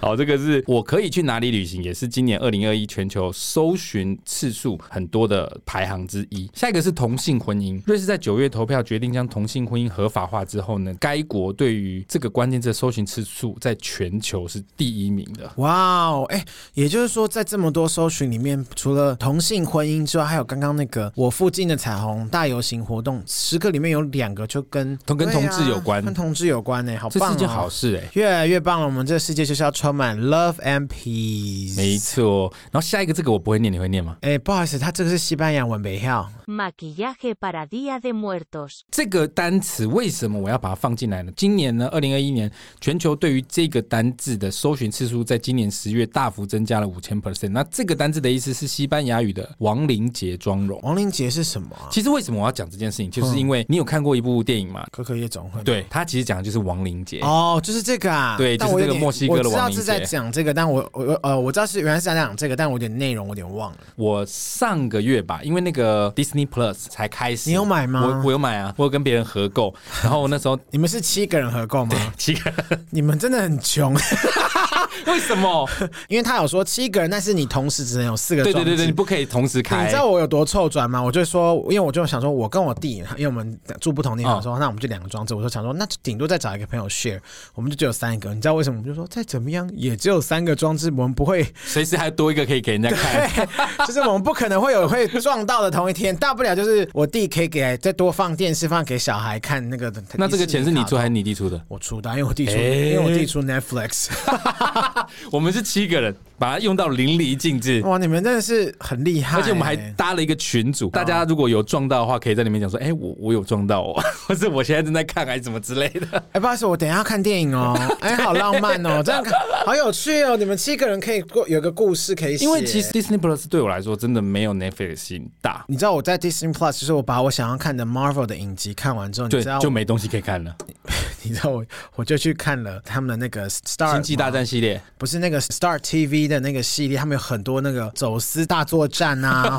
Speaker 1: 好，这个是我可以去哪里旅行，也是今年二零二一全球搜寻次数很多的排行之一。下一个是同性婚姻，瑞士在九月投票决定将同性婚姻合法化之后呢，该国对于这个关键字的搜寻次数在全球是第一名的。
Speaker 2: 哇哦，哎，也就是说，在这么多搜寻里面，除了同性婚姻之外，还有刚刚那个我附近的彩虹大游行活动，十个里面有两个就跟
Speaker 1: 同跟
Speaker 2: 对啊
Speaker 1: 同志有关
Speaker 2: 跟同志有关呢、好
Speaker 1: 这
Speaker 2: 棒、
Speaker 1: 是
Speaker 2: 哦，
Speaker 1: 一件好事哎、
Speaker 2: 越来越棒了，我们这个世界就就是要充满 love and peace。
Speaker 1: 没错。然后下一个这个我不会念，你会念吗？
Speaker 2: 哎、不好意思，它这个是西班牙文，没票。
Speaker 3: Maquillaje para Día de Muertos.
Speaker 1: 这个单词为什么我要把它放进来呢？今年呢，二零二一年全球对于这个单字的搜寻次数，在今年十月大幅增加了五千 percent。那这个单字的意思是西班牙语的亡灵节妆容。
Speaker 2: 亡灵节是什么啊？
Speaker 1: 其实为什么我要讲这件
Speaker 2: 嗯
Speaker 1: 事情，就是因为你有看过一部电影嘛？
Speaker 2: 可可夜总会。
Speaker 1: 对，它其实讲的就是亡灵节。
Speaker 2: 哦，就是这个啊。
Speaker 1: 对
Speaker 2: 但
Speaker 1: 就是
Speaker 2: 我有
Speaker 1: 这个
Speaker 2: 点
Speaker 1: 墨西哥的
Speaker 2: 我知
Speaker 1: 亡
Speaker 2: 道
Speaker 1: 灵
Speaker 2: 是在
Speaker 1: 节
Speaker 2: 讲这个，但我我呃，我知道是原来是在讲这个，但我有点内容我有点忘了。
Speaker 1: 我上个月吧，因为那个 Disney Plus 才开始，
Speaker 2: 你有买吗
Speaker 1: 我我有买啊，我有跟别人合 购，然后我那时候
Speaker 2: 你们是七个人合购吗？
Speaker 1: 七个，
Speaker 2: 你们真的很穷，
Speaker 1: 为什么？
Speaker 2: 因为他有说七个人，但是你同时只能有四个
Speaker 1: 对
Speaker 2: 装
Speaker 1: 对
Speaker 2: 置。
Speaker 1: 对对，你不可以同时
Speaker 2: 你
Speaker 1: 开
Speaker 2: 知。道我有多臭转吗？我就说，因为我就想说，我跟我弟，因为我们住不同地方，
Speaker 1: 嗯
Speaker 2: 说那我们就两个装置。我说想说，那就顶多再找一个朋友 share，我们就只有三个。你知道为什么？我们就说再怎么样也只有三个装置，我们不会，
Speaker 1: 随时还多一个可以给人家看。
Speaker 2: 就是我们不可能会有 会撞到的同一天。大不了就是我弟可以给再多放电视，放给小孩看那个。
Speaker 1: 那这个钱是你出还是你弟出的？
Speaker 2: 我出的啊，因为我弟出，
Speaker 1: 哎
Speaker 2: 因为我弟出 Netflix。
Speaker 1: 我们是七个人，把它用到淋漓尽致。
Speaker 2: 哇，你们真的是很厉害欸、
Speaker 1: 而且我们还搭了一个群组，大家如果有撞到的话，可以在里面讲说：“哎、我我有撞到哦， 或是我现在正在看，还是怎么之类 的。
Speaker 2: 哎、不好意思，我等一下要看电影 哦。哎、好浪漫哦，这样好有趣哦。你们七个人可以过有个故事可以”写。
Speaker 1: 因为其实 Disney Plus 对我来说真的没有 Netflix 吸引大，
Speaker 2: 你知道我在 Disney Plus，就是我把我想要看的 Marvel 的影集看完之后，你
Speaker 1: 对
Speaker 2: 知道，
Speaker 1: 就没东西可以看了。
Speaker 2: 你知道我我就去看了他们的那个 Star
Speaker 1: 星际大战系列，
Speaker 2: 不是那个 Star TV 的那个系列，他们有很多那个走私大作战 啊，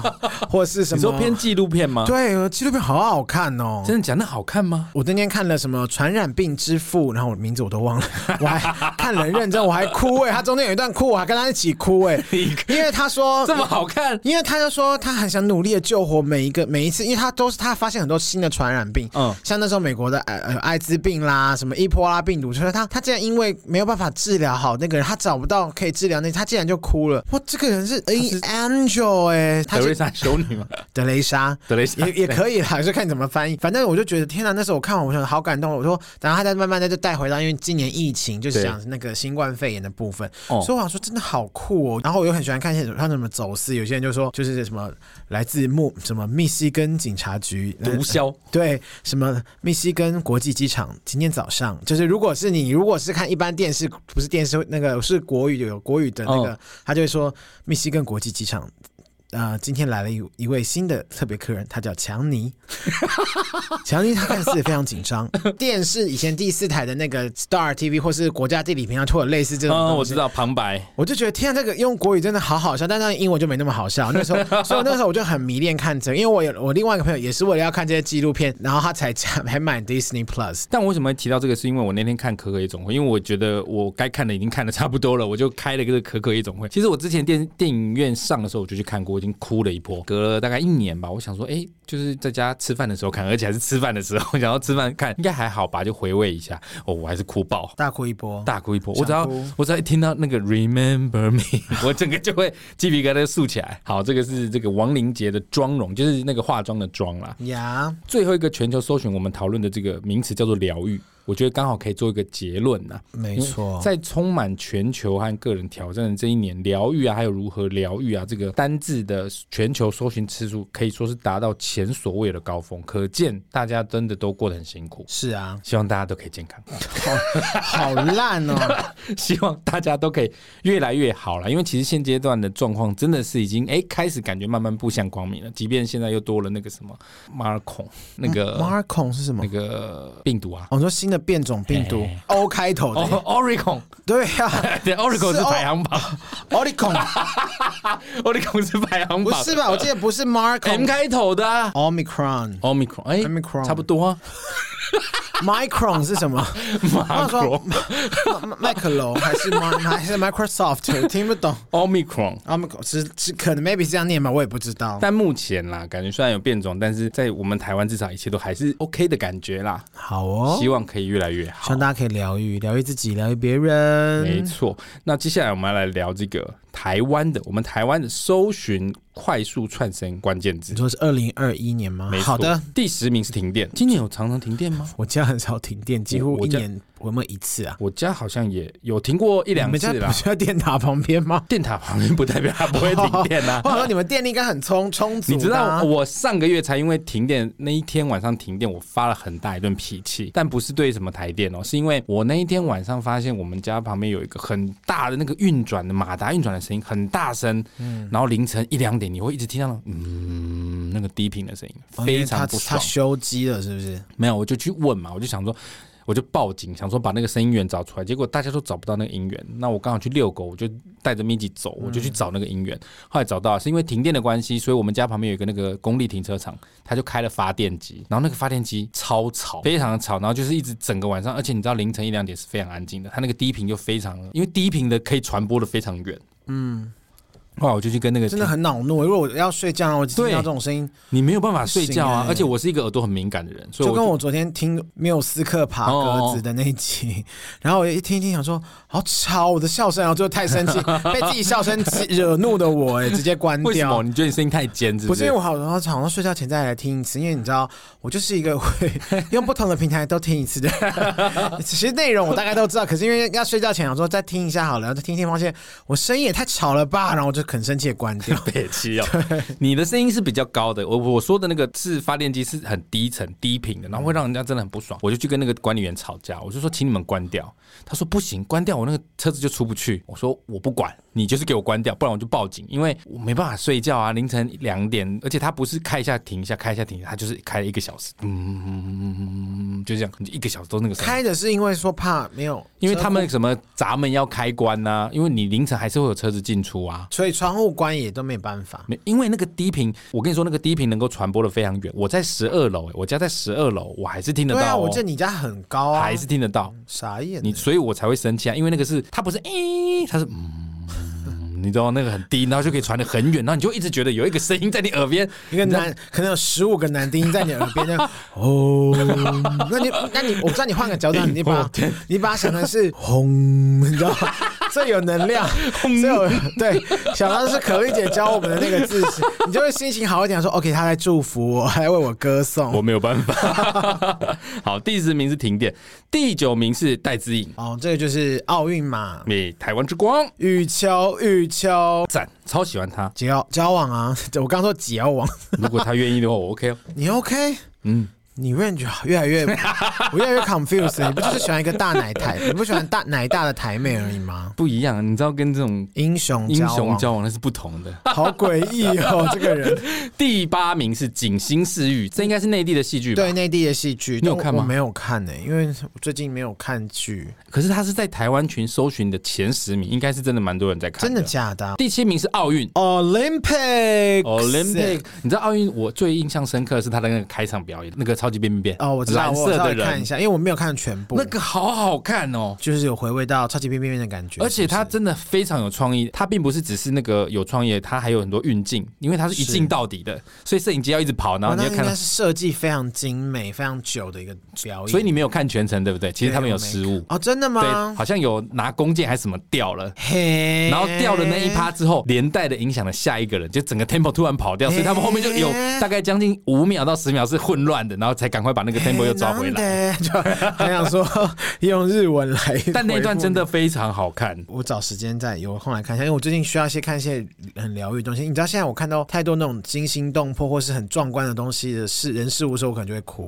Speaker 2: 或是什
Speaker 1: 你
Speaker 2: 么
Speaker 1: 说偏纪录片吗？
Speaker 2: 对纪录片好好看哦。
Speaker 1: 真的假的？那好看 吗？
Speaker 2: 我那天看了什么《传染病之父》，然后我名字我都忘了， 我还看了很认真，我还哭哎、他中间有一段哭，我还跟他一起哭 哎、
Speaker 1: 你
Speaker 2: 因为他说
Speaker 1: 这么好看？
Speaker 2: 因为他就说他很想努力的救活每一个每一次，因为他都是他发现很多新的传染病，
Speaker 1: 嗯
Speaker 2: 嗯，像那时候美国的呃呃艾滋病啦，什么伊波拉病毒，就是他他竟然因为没有办法治疗好那个人，他找不到可以治疗那，他竟然就哭了。哇，这个人是 A Angel 哎、他
Speaker 1: 德瑞
Speaker 2: 是
Speaker 1: 莎修 女吗？
Speaker 2: 德雷莎。
Speaker 1: 德瑞莎
Speaker 2: 也也可以啦，就看你怎么翻译。反正我就觉得，天哪！那时候我看完，我想好感动。我说，然后他再慢慢的就带回到，因为今年疫情，就是
Speaker 1: 对
Speaker 2: 讲那个新冠肺炎的部分。
Speaker 1: 哦
Speaker 2: 所以我想说，真的好酷哦。然后我又很喜欢看一些他什么走私，有些人就说就是什么来自墨什么密西根警察局呃
Speaker 1: 毒枭。
Speaker 2: 对，什么密西根国际机场，今天早上就是，如果是你，如果是看一般电视，不是电视那个是国语有国语的那个，他就会说密西根国际机场。呃，今天来了一一位新的特别客人，他叫强尼。强尼他看似非常紧张。电视以前第四台的那个 Star TV 或是国家地理频道，会有类似这种东西。
Speaker 1: 嗯，我知道旁白。
Speaker 2: 我就觉得天啊，这个用国语真的好好笑，但那英文就没那么好笑。那 时候，所以那时候我就很迷恋看这个，因为我有我另外一个朋友也是为了要看这些纪录片，然后他才加还买 Disney Plus。
Speaker 1: 但我为什么会提到这个？是因为我那天看《可可夜总会》，因为我觉得我该看的已经看的差不多了，我就开了一个《可可夜总会》。其实我之前电电影院上的时候，我就去看过，我已经哭了一波。隔了大概一年吧，我想说，哎、就是在家吃饭的时候看，而且还是吃饭的时候，想要吃饭看，应该还好吧，就回味一下。哦，我还是哭爆。
Speaker 2: 大哭一波，
Speaker 1: 大哭一波，
Speaker 2: 想哭
Speaker 1: 我只要我只要一听到那个 Remember Me，我整个就会鸡皮疙瘩竖起来。好，这个是这个亡灵节的妆容，就是那个化妆的妆啦。
Speaker 2: 呀
Speaker 1: 最后一个全球搜寻，我们讨论的这个名词叫做疗愈，我觉得刚好可以做一个结论呐、
Speaker 2: 没错。
Speaker 1: 在充满全球和个人挑战的这一年，疗愈啊，还有如何疗愈啊，这个单字的全球搜寻次数可以说是达到前所未有的高峰，可见大家真的都过得很辛苦。
Speaker 2: 是啊，
Speaker 1: 希望大家都可以健康，
Speaker 2: 好好烂哦！
Speaker 1: 希望大家都可以越来越好了。因为其实现阶段的状况真的是已经哎、开始感觉慢慢步向光明了，即便现在又多了那个什么马尔孔那个、
Speaker 2: Marcon 是什么
Speaker 1: 那？个病毒啊，
Speaker 2: 我说新的变种病毒
Speaker 1: 哎
Speaker 2: ，O 开头的耶，
Speaker 1: 哦，Oricon，
Speaker 2: 对呀
Speaker 1: 对，Oricon
Speaker 2: 是
Speaker 1: 是
Speaker 2: 哦
Speaker 1: 排行榜
Speaker 2: ，Oricon
Speaker 1: ，Oricon 是排行
Speaker 2: 不
Speaker 1: 榜，
Speaker 2: 是吧？我记得不是
Speaker 1: M
Speaker 2: Marcon，Omicron
Speaker 1: 开头的啊。Omicron，哎
Speaker 2: Omicron
Speaker 1: 差不多啊。
Speaker 2: Micron 是什么？
Speaker 1: 马
Speaker 2: 我想说
Speaker 1: 克
Speaker 2: 麦麦克龙还是 Mar- 还是 Microsoft，听不懂。
Speaker 1: Omicron，
Speaker 2: 啊，只只可能 maybe 是这样念吧，我也不知道。
Speaker 1: 但目前啦，感觉虽然有变种，但是在我们台湾至少一切都还是 OK 的感觉啦。
Speaker 2: 好哦，
Speaker 1: 希望可以越来越
Speaker 2: 希
Speaker 1: 好
Speaker 2: 望。大家可以疗愈，疗愈自己，疗愈别
Speaker 1: 没
Speaker 2: 人。
Speaker 1: 错，那接下来我们要来聊这个台湾的，我们台湾的搜寻快速串升关键字
Speaker 2: 你。说是二零二一年吗
Speaker 1: 没？错
Speaker 2: 好的，，
Speaker 1: 第十名是停电。今年有常常停电吗？
Speaker 2: 我家很少停电，几
Speaker 1: 我
Speaker 2: 乎
Speaker 1: 我
Speaker 2: 一
Speaker 1: 家
Speaker 2: 年我们一次啊。
Speaker 1: 我家好像也有停过一两
Speaker 2: 你们
Speaker 1: 次
Speaker 2: 家
Speaker 1: 啦
Speaker 2: 不。是在电塔旁边吗？。
Speaker 1: 电塔旁边不代表它不会停电啊
Speaker 2: 我想说你们电力应该很充充足、啊
Speaker 1: 你知道，我上个月才因为停电那一天晚上停电，我发了很大一顿脾气，但不是对什么台电哦，是因为我那一天晚上发现我们家旁边有一个很大的那个运转的马达运转的声音很大声，然后凌晨一两点你会一直听到那种嗯那个低频的声音，
Speaker 2: 哦
Speaker 1: 非常不
Speaker 2: 他
Speaker 1: 爽
Speaker 2: 他。修机了，是不是？
Speaker 1: 没有，我就去问嘛，我就想说，我就报警，想说把那个声音源找出来，结果大家都找不到那个音源。那我刚好去遛狗，我就带着咪吉走，我
Speaker 2: 嗯
Speaker 1: 就去找那个音源。后来找到了，是因为停电的关系，所以我们家旁边有一个那个公立停车场，他就开了发电机，然后那个发电机超吵，非常吵，然后就是一直整个晚上，而且你知道凌晨一两点是非常安静的，它那个低频就非常，因为低频的可以传播的非常远，嗯。后来我就去跟那个
Speaker 2: 真的很恼怒。如果我要睡觉，然后我听
Speaker 1: 对
Speaker 2: 到这种声音，
Speaker 1: 你没有办法睡觉
Speaker 2: 不
Speaker 1: 啊
Speaker 2: 行，欸
Speaker 1: 而且我是一个耳朵很敏感的人，所以
Speaker 2: 就
Speaker 1: 我哦
Speaker 2: 跟我昨天听缪斯克爬格子的那一集， 然后我一听一听，想说好吵，我的笑声，然后就太生 气，被自己笑声激惹怒的我，哎，直接关
Speaker 1: 为什么
Speaker 2: 掉。
Speaker 1: 你觉得你声音太尖是
Speaker 2: 不
Speaker 1: 不
Speaker 2: 是因为我好，然后好像睡觉前再来听一次，因为你知道，我就是一个会 用不同的平台都听一次的人。 其实内容我大概都知道，可是因为要睡觉前，想说再听一下好了，然后再听一听，发现我声音也太吵了吧，然后我就很生气的关 掉。
Speaker 1: 北七哦，你的声音是比较高的，我我说的那个是发电机是很低沉低频的，然后会让人家真的很不爽。我就去跟那个管理员吵架，我就说请你们关掉，他说不行，关掉我那个车子就出不去。我说我不管，你就是给我关掉，不然我就报警，因为我没办法睡觉啊，凌晨两点，而且他不是开一下停一下，开一下停一下，他就是开了一个小时，嗯，就这样，一个小时都那个声音。
Speaker 2: 开的是因为说怕没有，
Speaker 1: 因为他们什么闸门要开关呐、因为你凌晨还是会有车子进出啊。
Speaker 2: 所以窗户关也都没办法。
Speaker 1: 没，因为那个低频，我跟你说，那个低频能够传播的非常远。我在十二楼，欸我家在十二楼，我还是听得
Speaker 2: 对
Speaker 1: 到、哦。
Speaker 2: 啊，我记得你家很高啊，
Speaker 1: 还是听得到
Speaker 2: 傻眼欸。
Speaker 1: 你，所以我才会生气啊，因为那个是它不是诶、它是嗯，你知道那个很低，然后就可以传得很远，然后你就一直觉得有一个声音在你耳边，
Speaker 2: 一个男可能有十五个男低音在你耳边，这样哦，那你那你我知道你换个角度，你把你把它想成是轰，你知道吗？最有能量，最有对，想到是可丽姐教我们的那个字 词，你就会心情好一点，说 OK，她在祝福我，还在为我歌
Speaker 1: 我
Speaker 2: 颂。
Speaker 1: 没有办法。 好，第十名是停电，第九名是戴资颖，
Speaker 2: 哦，这个就是奥运嘛，
Speaker 1: 美台湾之光，
Speaker 2: 羽球，羽球，
Speaker 1: 赞，超喜欢他。
Speaker 2: 交交往啊， 我刚说交往，
Speaker 1: 如果他愿意的话，我 OK 哦。
Speaker 2: 你 OK？
Speaker 1: 嗯，
Speaker 2: 你 range 越来越， 我越来越 confused 了。你不就是喜欢一个大奶 台，你不喜欢大奶大的台妹而已吗？
Speaker 1: 不一样，你知道跟这种
Speaker 2: 英雄
Speaker 1: 英
Speaker 2: 交往，
Speaker 1: 雄交往那是不同的。
Speaker 2: 好诡异 哦，这个人。
Speaker 1: 第八名是《锦心似玉》，这应该是内地的戏剧吧？
Speaker 2: 对。内地的戏剧，
Speaker 1: 你有
Speaker 2: 但我
Speaker 1: 看吗
Speaker 2: 我没有看呢、因为我最近没有看剧，
Speaker 1: 可是它是在台湾群搜寻的前十名，应该是真的蛮多人在看。
Speaker 2: 真的。假的啊
Speaker 1: 第七名是奥运。
Speaker 2: ？Olympic
Speaker 1: Olympic，你知道奥运我最印象深刻的是他的那个开场表演，那个超级变变变
Speaker 2: 哦，我知道，
Speaker 1: 蓝
Speaker 2: 我
Speaker 1: 色
Speaker 2: 稍
Speaker 1: 的
Speaker 2: 微看一
Speaker 1: 人，
Speaker 2: 下，因为我没有看全部，
Speaker 1: 那个好好看哦。
Speaker 2: 就是有回味到超级变变变的感觉，
Speaker 1: 而且他
Speaker 2: 是不是
Speaker 1: 真的非常有创意，他并不是只是那个有创意，他还有很多运镜，因为他是一
Speaker 2: 是
Speaker 1: 镜到底的，所以摄影机要一直跑，然后
Speaker 2: 哇
Speaker 1: 你
Speaker 2: 那
Speaker 1: 要
Speaker 2: 应
Speaker 1: 看到
Speaker 2: 该，是设计非常精美、非常久的一个表演，
Speaker 1: 所以你没有看全程，对不对？其实他们有失误，
Speaker 2: 哦，真的
Speaker 1: 对，
Speaker 2: 吗？
Speaker 1: 好像有拿弓箭还是什么掉了，
Speaker 2: 嘿，
Speaker 1: 然后掉了那一趴之后，连带的影响了下一个人，就整个 tempo 突然跑掉，
Speaker 2: 哎
Speaker 1: 所以他们后面就有
Speaker 2: 欸
Speaker 1: 大概将近五秒到十秒是混乱的，然后才赶快把那
Speaker 2: 哎
Speaker 1: 个 tempo 又抓回来。
Speaker 2: 来，就很想说用日文来。
Speaker 1: 但那一段真，的非常好看，
Speaker 2: 我找时间再有空来看一下，因为我最近需要一些看一些很疗愈的东西。你知道现在我看到太多那种惊心动魄或是很壮观的东西的事人事物的时候，我可能就会哭，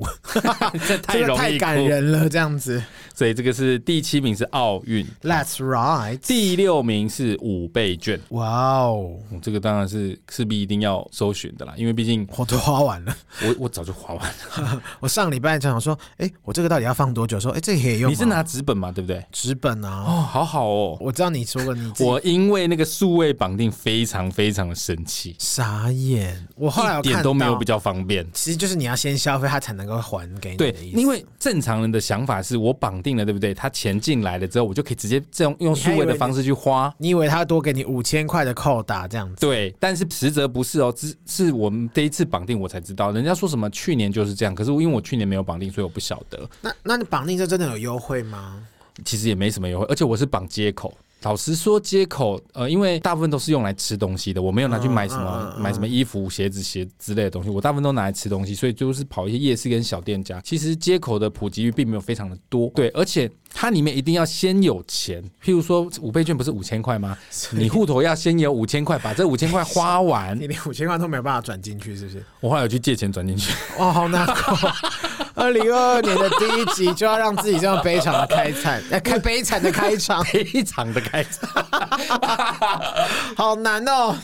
Speaker 1: 这太
Speaker 2: 真的
Speaker 1: 容
Speaker 2: 太
Speaker 1: 易
Speaker 2: 感
Speaker 1: 哭。
Speaker 2: 人了。这样子
Speaker 1: 所以这个是第七名是奥运，
Speaker 2: ，That's right，
Speaker 1: 第六名是五倍券。
Speaker 2: 哇哦，
Speaker 1: 嗯这个当然是势必一定要搜寻的啦，因为毕竟
Speaker 2: 我都花完了。
Speaker 1: 我我早就花完了。
Speaker 2: 我上礼拜就想说，哎、我这个到底要放多久？说，哎、这个也用、啊。
Speaker 1: 你是拿纸本嘛，对不对？
Speaker 2: 纸本啊？
Speaker 1: 哦，好好哦，
Speaker 2: 我知道你说过你自己
Speaker 1: 我因为那个数位绑定非常非常的生气，
Speaker 2: 傻眼，我后来有
Speaker 1: 一
Speaker 2: 看
Speaker 1: 点都没有
Speaker 2: 到
Speaker 1: 比较方便。
Speaker 2: 其实就是你要先消费，他才能够还给你的
Speaker 1: 对
Speaker 2: 意思。，
Speaker 1: 因为正常人的想法是我绑定了，对不对？他钱进来了之后，我就可以直接这样用数位的方式去花。
Speaker 2: 你以为他多给你五千块的扣打这样子？
Speaker 1: 对，但是实则不是哦，只是我们这一次绑定我才知道，人家说什么去年就是这样，可是因为我去年没有绑定，所以我不晓得，
Speaker 2: 那那你绑定这真的有优惠吗？
Speaker 1: 其实也没什么优惠，而且我是绑接口，老实说，街口呃，因为大部分都是用来吃东西的，我没有拿去买什
Speaker 2: 嗯嗯
Speaker 1: 么、
Speaker 2: 嗯嗯
Speaker 1: 买什么衣服、鞋子、鞋之类的东西，我大部分都拿来吃东西，所以就是跑一些夜市跟小店家。其实街口的普及率并没有非常的多，对，而且它里面一定要先有钱，譬如说五倍券不是五千块吗？你户头要先有五千块，把这五千块花 完
Speaker 2: 你。连五千块都没有办法转进去，是不是？
Speaker 1: 我后来有去借钱转进去，
Speaker 2: 哇，好难 过！二零二二年的第一集就要让自己这样悲惨的开场，呃开悲惨的开 场，
Speaker 1: 非常的开心。
Speaker 2: 好难哦。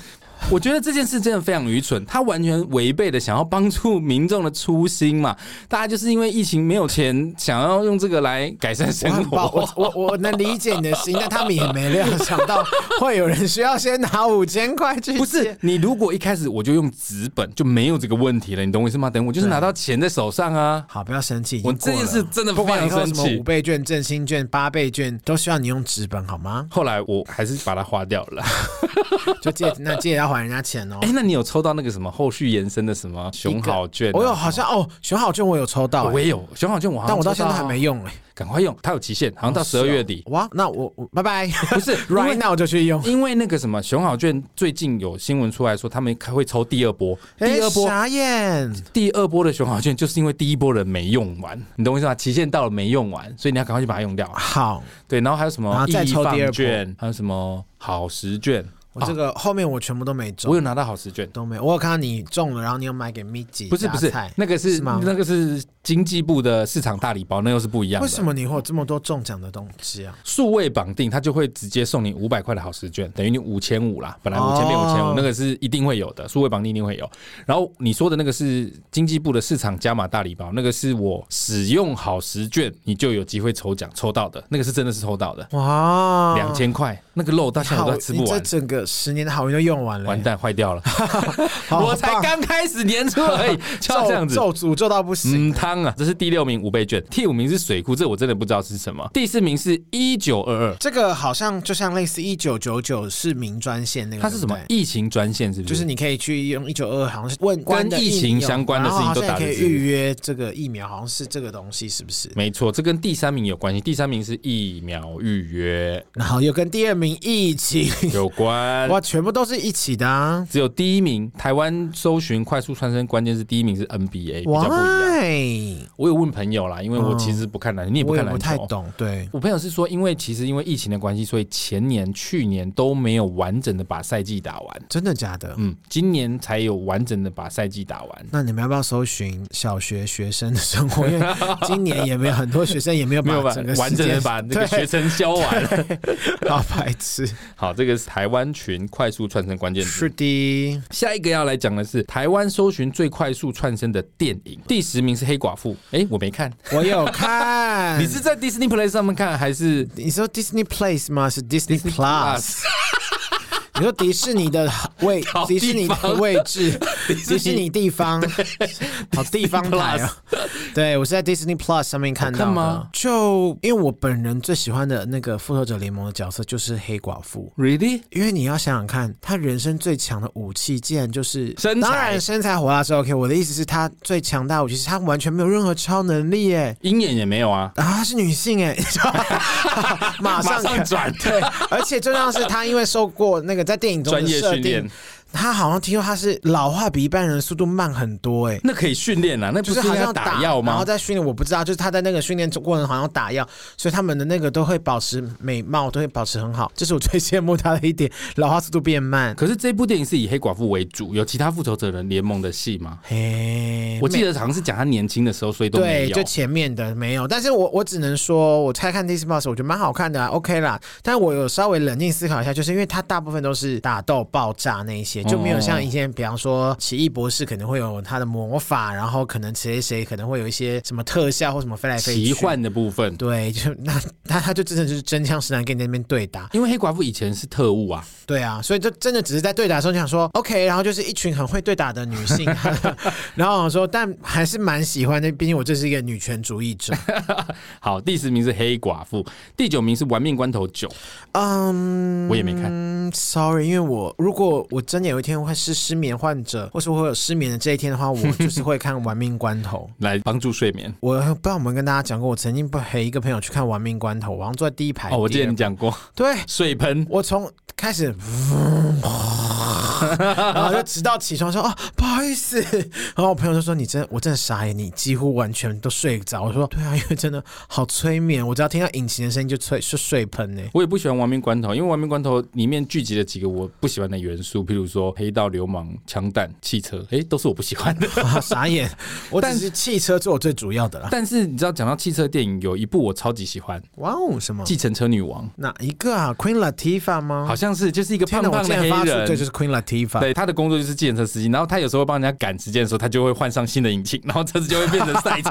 Speaker 1: 我觉得这件事真的非常愚蠢，他完全违背了想要帮助民众的初心嘛。大家就是因为疫情没有钱，想要用这个来改善
Speaker 2: 我
Speaker 1: 生
Speaker 2: 很抱
Speaker 1: 活
Speaker 2: 我。我我能理解你的心，但他们也没料想到会有人需要先拿五千块去借。
Speaker 1: 不是你，如果一开始我就用纸本，就没有这个问题了，你懂我意思吗？等我就是拿到钱在手上啊。
Speaker 2: 好，不要生气。已经
Speaker 1: 我
Speaker 2: 过
Speaker 1: 这
Speaker 2: 了
Speaker 1: 件事真的
Speaker 2: 不
Speaker 1: 非
Speaker 2: 管
Speaker 1: 常
Speaker 2: 以后
Speaker 1: 生
Speaker 2: 什么
Speaker 1: 气。
Speaker 2: 五倍券、振兴券、八倍券，都需要你用纸本 好吗？
Speaker 1: 后来我还是把它花掉了。
Speaker 2: 就借那借也要还人家钱哦
Speaker 1: 哎、。那你有抽到那个什么后续延伸的什么熊好券啊、
Speaker 2: 我有好像哦，熊好券我有抽到、
Speaker 1: 我
Speaker 2: 欸，
Speaker 1: 也有熊好券，我好像
Speaker 2: 但我到现在
Speaker 1: 抽
Speaker 2: 还
Speaker 1: 啊
Speaker 2: 没，用哎、
Speaker 1: 赶快用，它有期限，好像到十二月底。
Speaker 2: 哇，那我我拜拜。
Speaker 1: 不是
Speaker 2: right now 就去用。
Speaker 1: 因为那个什么熊好券最近有新闻出来说，他们会抽第二波，
Speaker 2: 哎
Speaker 1: 第二波、
Speaker 2: 傻眼，
Speaker 1: 第二波的熊好券，就是因为第一波人没用完，你懂我意思吗？期限到了没用完，所以你要赶快去把它用掉。
Speaker 2: 好，
Speaker 1: 对，然后还有什
Speaker 2: 啊然后
Speaker 1: 么
Speaker 2: 再
Speaker 1: 易
Speaker 2: 抽第二
Speaker 1: 放
Speaker 2: 波
Speaker 1: 券，还有什么好时券，
Speaker 2: 我这个后面我全部都没
Speaker 1: 啊我
Speaker 2: 中，
Speaker 1: 有拿到好时券。
Speaker 2: 都没有。我有看到你中了，然后你有买给 Miki
Speaker 1: 不是不是
Speaker 2: 榨菜，
Speaker 1: 那个是
Speaker 2: 是吗
Speaker 1: 那个是经济部的市场大礼包，那又是不一样的。
Speaker 2: 为什么你会有这么多中奖的东西啊？
Speaker 1: 数位绑定，它就会直接送你五百块的好时券，等于你五千五啦，本来五千变五千
Speaker 2: 哦
Speaker 1: 五，那个是一定会有的，数位绑定一定会有。然后你说的那个是经济部的市场加码大礼包，那个是我使用好时券，你就有机会抽奖抽到的，那个是真的是抽到的，
Speaker 2: 哇，
Speaker 1: 两千块，那个肉到现在
Speaker 2: 哦好，
Speaker 1: 我都还吃不
Speaker 2: 你这
Speaker 1: 完。
Speaker 2: 整个十年的好运都用完了、哎
Speaker 1: 完蛋，坏掉了！
Speaker 2: 好 棒
Speaker 1: 我才刚开始年初而 已， 就要这样子。
Speaker 2: 咒咒诅咒到不行。
Speaker 1: 嗯，汤啊，这是第六名五倍券，第五名是水库，这我真的不知道是什么。第四名是一九二二，
Speaker 2: 这个好像就像类似一九九九是民专线那个，
Speaker 1: 它是什么
Speaker 2: 对不对
Speaker 1: 疫情专线？是不是？
Speaker 2: 就是你可以去用一九二，好像是问关的
Speaker 1: 跟疫情
Speaker 2: 苗
Speaker 1: 相关的事情都打
Speaker 2: 然后好像也可
Speaker 1: 得
Speaker 2: 以
Speaker 1: 进去
Speaker 2: 预约这个疫苗，好像是这个东西，是不是？
Speaker 1: 没错，这跟第三名有关系。第三名是疫苗预 约
Speaker 2: 然后又跟第二名一 起，
Speaker 1: 有关。
Speaker 2: 哇，全部都是一起的啊
Speaker 1: 只有第一名，台湾搜寻快速窜升关键是第一名是 NBA，比较不一样。
Speaker 2: ！Why？
Speaker 1: 我有问朋友啦，因为我其实不看篮球，你也不
Speaker 2: 哦我也
Speaker 1: 看
Speaker 2: 不
Speaker 1: 篮
Speaker 2: 太
Speaker 1: 球。
Speaker 2: 懂，对，
Speaker 1: 我朋友是说，因为其实因为疫情的关系，所以前年、去年都没有完整的把赛季打完，
Speaker 2: 真的假的？
Speaker 1: 嗯，今年才有完整的把赛季打完。
Speaker 2: 那你们要不要搜寻小学学生的生 活？因为今年也没有很多学生也没有
Speaker 1: 没有
Speaker 2: 把
Speaker 1: 把
Speaker 2: 整个
Speaker 1: 完
Speaker 2: 世
Speaker 1: 整
Speaker 2: 界
Speaker 1: 的把那个
Speaker 2: 对
Speaker 1: 学生教 完。
Speaker 2: 好白痴。
Speaker 1: 好，这个是台湾群快速窜升关键词
Speaker 2: 是。的，
Speaker 1: 下一个要来讲的是台湾搜寻最快速窜升的电影，第十名是《黑寡妇》。哎，我没看，
Speaker 2: 我有 看。
Speaker 1: 你是在 Disney Play 上面看还是
Speaker 2: 你说 Disney Place 吗？是 Disney Plus？你说迪士尼的 位
Speaker 1: 搞，
Speaker 2: 迪士尼
Speaker 1: 地方
Speaker 2: 的位置， 迪
Speaker 1: 迪
Speaker 2: 士
Speaker 1: 士
Speaker 2: 尼
Speaker 1: 尼
Speaker 2: 地方，好地方台啊！对，我是在 Disney Plus 上面看到
Speaker 1: 好看
Speaker 2: 的
Speaker 1: 吗。
Speaker 2: 就因为我本人最喜欢的那个复仇者联盟的角色就是黑寡妇。
Speaker 1: Really？
Speaker 2: 因为你要想想看，她人生最强的武器竟然就是
Speaker 1: 身材
Speaker 2: 当然身材火辣是 OK。我的意思是，她最强大的武器是她完全没有任何超能力耶。
Speaker 1: 鹰眼也没有啊，
Speaker 2: 啊，她是女性 哎，马
Speaker 1: 马
Speaker 2: 上
Speaker 1: 上 转
Speaker 2: 对，而且最重要的是，她因为受过那个在电影中的
Speaker 1: 专业
Speaker 2: 设
Speaker 1: 训
Speaker 2: 定
Speaker 1: 练，，
Speaker 2: 她好像听说她是老化比一般人的速度慢很多 哎。
Speaker 1: 那可以训练啊，那
Speaker 2: 就
Speaker 1: 不
Speaker 2: 是好
Speaker 1: 应
Speaker 2: 像
Speaker 1: 该打药
Speaker 2: 然后
Speaker 1: 吗？
Speaker 2: 在训练，我不知道，就是她在那个训练过程好像打药，所以他们的那个都会保持美貌，都会保持很好，这是我最羡慕她的一点，老化速度变慢。
Speaker 1: 可是这部电影是以黑寡妇为主，有其他复仇者人联盟的戏吗？
Speaker 2: 嘿，
Speaker 1: 我记
Speaker 2: 没
Speaker 1: 得好像是讲他年轻的时候，所以都没
Speaker 2: 对，
Speaker 1: 有
Speaker 2: 就。前面的没有，但是我我只能说，我猜看 Disney Plus，我觉得蛮好看的、啊、，OK 啦。但我有稍微冷静思考一下，就是因为它大部分都是打斗、爆炸那一些，就
Speaker 1: 哦
Speaker 2: 没有像以前，比方说奇异博士可能会有他的魔法，然后可能谁谁谁可能会有一些什么特效或什么飞来飞去。
Speaker 1: 奇幻的部分，
Speaker 2: 对，就那他他就真的就是真枪实弹跟你在那边对打，
Speaker 1: 因为黑寡妇以前是特务啊，
Speaker 2: 对啊，所以就真的只是在对打的时候就想说 OK，然后就是一群很会对打的女性，啊 然后我说但还是蛮喜欢的，毕竟我这是一个女权主义者。
Speaker 1: 好，第十名是黑寡妇，第九名是玩命关头九，
Speaker 2: 嗯，
Speaker 1: 我也没看。
Speaker 2: 嗯，sorry，因为我如果我真的有一天会是失眠患者，或是我会有失眠的这一天的话，我就是会看《玩命关 头》。
Speaker 1: 来帮助睡眠。
Speaker 2: 我不知道我们跟大家讲过，我曾经陪一个朋友去看《玩命关头》，我好像坐在第一排。
Speaker 1: 哦，我记得
Speaker 2: 第二
Speaker 1: 你讲过
Speaker 2: 对，
Speaker 1: 水盆，
Speaker 2: 我从开始，然后就直到起床说哦，不好意思，然后我朋友就说你真，我真的傻眼，你几乎完全都睡着。我说对啊，因为真的好催眠，我只要听到引擎的声音就催就睡喷呢、欸
Speaker 1: 我也不喜欢亡命关头，因为亡命关头里面聚集了几个我不喜欢的元素，譬如说黑道、流氓、枪弹、汽车，诶，都是我不喜欢 的。
Speaker 2: 啊，傻眼，我只是汽车做我最主要的啦。
Speaker 1: 但是你知道，讲到汽车电影，有一部我超级喜欢，《
Speaker 2: 哇哦，什么？
Speaker 1: 计程车女王》，
Speaker 2: 哪一个啊？Queen Latifah 吗？
Speaker 1: 好像是就是一个胖
Speaker 2: 天哪，我
Speaker 1: 胖
Speaker 2: 竟
Speaker 1: 的
Speaker 2: 然发
Speaker 1: 黑
Speaker 2: 出
Speaker 1: 人，
Speaker 2: 对，就是 Queen Latifah。
Speaker 1: 对，他的工作就是计程车司机，然后他有时候会帮人家赶时间的时候，他就会换上新的引擎，然后车子就会变成赛车，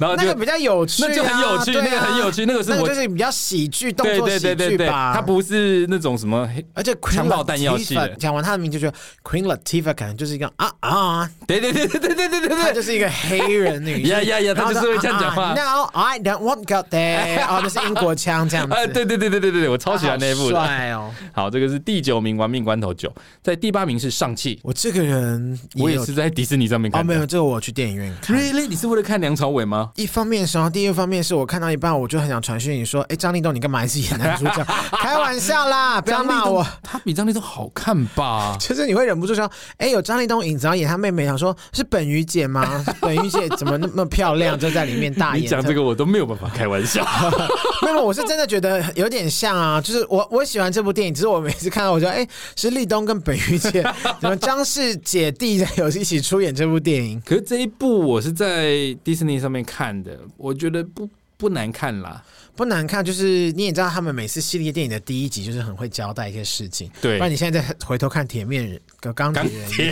Speaker 1: 然后
Speaker 2: 那
Speaker 1: 就
Speaker 2: 个比较有趣、啊，
Speaker 1: 那就很有趣，
Speaker 2: 对啊
Speaker 1: 那个很有趣，那个是
Speaker 2: 那
Speaker 1: 我
Speaker 2: 个就是比较喜剧动
Speaker 1: 对
Speaker 2: 作
Speaker 1: 对
Speaker 2: 喜
Speaker 1: 对对
Speaker 2: 剧
Speaker 1: 对，
Speaker 2: 吧。
Speaker 1: 他不是那种什么黑，
Speaker 2: 而且 Queen
Speaker 1: 强暴弹药系的
Speaker 2: Latifah，讲完他的名字就觉得 Queen Latifah 可能就是一个啊 啊，
Speaker 1: 对对对对对对对
Speaker 2: 她
Speaker 1: 对对，
Speaker 2: 就是一个黑人女
Speaker 1: 呀
Speaker 2: 性。
Speaker 1: 呀呀，他就是会这样讲话。
Speaker 2: 然后就啊啊 No, I don't want to go there。哦，那是英国 腔这样子。
Speaker 1: 啊，对对对对对对对，我超喜欢那一部
Speaker 2: 好
Speaker 1: 的。
Speaker 2: 帅哦！
Speaker 1: 好，这个是第九名《亡命关头九》，在第八名是《上汽》，
Speaker 2: 我这个人
Speaker 1: 我也
Speaker 2: 有
Speaker 1: 是在迪士尼上面
Speaker 2: 哦，
Speaker 1: 看
Speaker 2: 没
Speaker 1: 的。
Speaker 2: 有这个我去电影院看。
Speaker 1: Really？你是为了看梁朝伟吗？
Speaker 2: 一方面是，然后第二方面是我看到一半，我就很想传讯你说，哎，张立东你干嘛还是演男主角？ 开玩笑啦，不要
Speaker 1: 张
Speaker 2: 骂
Speaker 1: 立
Speaker 2: 我？
Speaker 1: 东。，他比张立东好看吧
Speaker 2: 就是你会忍不住说，哎、有张立东影子，然后演他妹妹，想说是本鱼姐吗？ 本鱼姐怎么那么漂亮，就在里面大
Speaker 1: 你
Speaker 2: 演。
Speaker 1: 讲这个我都没有办法开玩笑。
Speaker 2: 没有，我是真的觉得有点像啊，就是我我喜欢这部电影，只是我每次看到我觉得，哎、是立冬跟本鱼姐，怎么张氏姐弟有一起出演这部电影？
Speaker 1: 可是这一部我是在迪士尼上面看的，我觉得不不难看啦。
Speaker 2: 不难看，就是你也知道，他们每次系列电影的第一集就是很会交代一些事情。
Speaker 1: 对
Speaker 2: 不然你现在再回头看《铁面人》跟《钢铁
Speaker 1: 钢
Speaker 2: 人》，
Speaker 1: 铁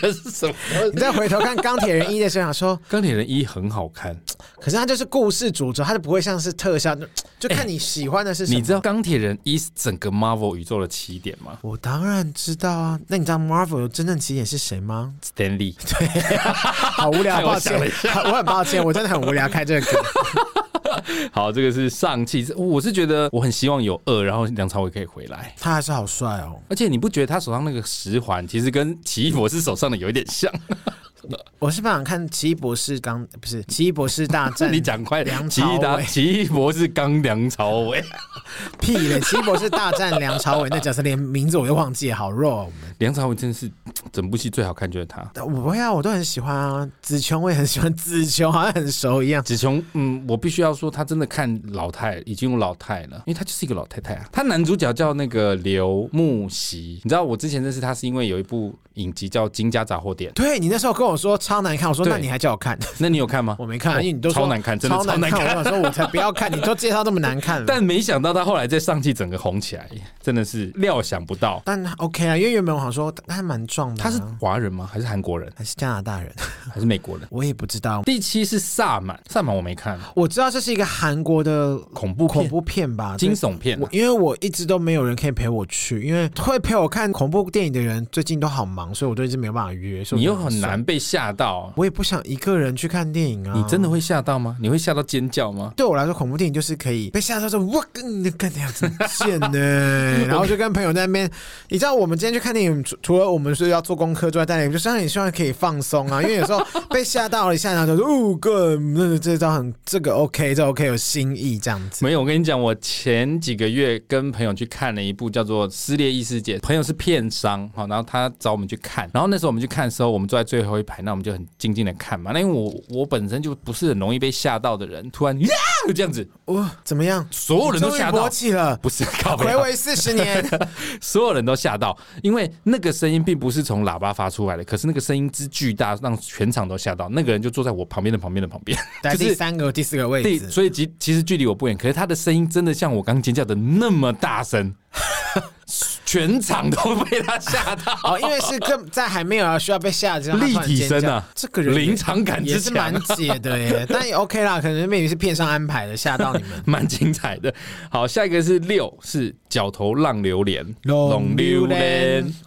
Speaker 1: 人是什么？
Speaker 2: 你再回头看《钢铁人一》的时候，想说，
Speaker 1: 钢铁人一很好看，
Speaker 2: 可是它就是故事主轴，它就不会像是特效，就就看你喜欢的是什么。
Speaker 1: 哎你知道钢铁人一是整个 Marvel 宇宙的起点吗
Speaker 2: 我当然知道啊，那你知道 Marvel 有真正起点是 谁吗？
Speaker 1: ？Stanley。
Speaker 2: 好无聊，
Speaker 1: 害我
Speaker 2: 抱歉，
Speaker 1: 想了一
Speaker 2: 我很抱歉，我真的很无聊开这个 梗。
Speaker 1: 好，这个是上汽，我是觉得我很希望有二，然后梁朝伟可以回来。
Speaker 2: 他还是好帅哦，
Speaker 1: 而且你不觉得他手上那个十环，其实跟奇异博士手上的有一点 像？
Speaker 2: 我是不想看《奇异博士刚》不是《奇异博士大战》，
Speaker 1: 你讲快，
Speaker 2: 梁
Speaker 1: 奇
Speaker 2: 朝
Speaker 1: 异达
Speaker 2: 伟
Speaker 1: 奇异博士刚梁朝伟，
Speaker 2: 屁嘞，《奇异博士大战》梁朝伟那角色连名字我都忘记了，好弱、哦。
Speaker 1: 梁朝伟真的是整部戏最好看就是他。
Speaker 2: 我们我不会啊，我都很喜欢啊，子琼我也很喜欢，子琼好像很熟一样。
Speaker 1: 子琼，嗯，我必须要说，他真的看老太，已经有老太了，因为他就是一个老太太啊。他男主角叫那个刘木喜，你知道我之前认识他是因为有一部影集叫《金家杂货店》，
Speaker 2: 对你那时候跟我说超难看，我说
Speaker 1: 对
Speaker 2: 那你还叫我看，
Speaker 1: 那你有看吗？
Speaker 2: 我没看，因为你都说
Speaker 1: 超难看，真的
Speaker 2: 超
Speaker 1: 超难
Speaker 2: 看。
Speaker 1: 看。
Speaker 2: 我想说，我才不要看，你都介绍这么难看了。
Speaker 1: 但没想到他后来在上汽整个红起来，真的是料想不到。
Speaker 2: 但 OK 啊，因为原本我想说他还蛮壮的啊、
Speaker 1: 他是华人吗？还是韩国人？
Speaker 2: 还是加拿大人，
Speaker 1: 还是美国人？
Speaker 2: 我也不知道。
Speaker 1: 第七是萨满，萨满我没看，
Speaker 2: 我知道这是一个韩国的
Speaker 1: 恐怖
Speaker 2: 恐
Speaker 1: 片、
Speaker 2: 怖片吧，
Speaker 1: 惊
Speaker 2: 对
Speaker 1: 悚片啊、
Speaker 2: 我因为我一直都没有人可以陪我去，因为会陪我看恐怖电影的人最近都好忙，所以我都一直没有办法约。所以
Speaker 1: 你
Speaker 2: 我
Speaker 1: 又
Speaker 2: 没有
Speaker 1: 很
Speaker 2: 算
Speaker 1: 难，被吓到，
Speaker 2: 我也不想一个人去看电影啊。
Speaker 1: 你真的会吓到吗？你会吓到尖叫吗？
Speaker 2: 对我来说，恐怖电影就是可以被吓到说“哇，跟你干那样子贱呢、 然后就跟朋友在那边，你知道我们今天去看电影，除除了我们是要做功课之外，但也就是让你希望可以放松啊，因为有时候被吓到了一下，然后就说“哦，个那这招很这个 OK，这 OK 有新意这样子。
Speaker 1: 没有，我跟你讲，我前几个月跟朋友去看了一部叫做《撕裂异世界》，朋友是片商，好，然后他找我们去看，然后那时候我们去看的时候，我们坐在最后一排，那我们就很静静的看嘛。那因为我我本身就不是很容易被吓到的人，突然呀这样子，
Speaker 2: 哇、怎么样？
Speaker 1: 所有人都
Speaker 2: 你终于
Speaker 1: 吓到
Speaker 2: 勃，起了，
Speaker 1: 不是靠背
Speaker 2: 回
Speaker 1: 啊，
Speaker 2: 味四十年。
Speaker 1: 所有人都吓到，因为那个声音并不是从喇叭发出来的，可是那个声音之巨大，让全场都吓到。那个人就坐在我旁边的旁边的旁 边，
Speaker 2: 来
Speaker 1: 就是
Speaker 2: 第三个、第四个位
Speaker 1: 对，
Speaker 2: 置，
Speaker 1: 所以其其实距离我不远，可是他的声音真的像我刚尖叫的那么大声， 全场都被他吓到。
Speaker 2: 哦，因为是 更在还没有需要被吓之前，
Speaker 1: 立
Speaker 2: 他突然
Speaker 1: 体
Speaker 2: 尖
Speaker 1: 声
Speaker 2: 叫
Speaker 1: 啊
Speaker 2: 这个人
Speaker 1: 临场感
Speaker 2: 也
Speaker 1: 之
Speaker 2: 是
Speaker 1: 强。
Speaker 2: 蛮解的耶， 但也 OK 啦，可能妹你是片上安排的，吓到你 们
Speaker 1: 蛮精彩的，好，下一个是六，是角头浪榴莲，哦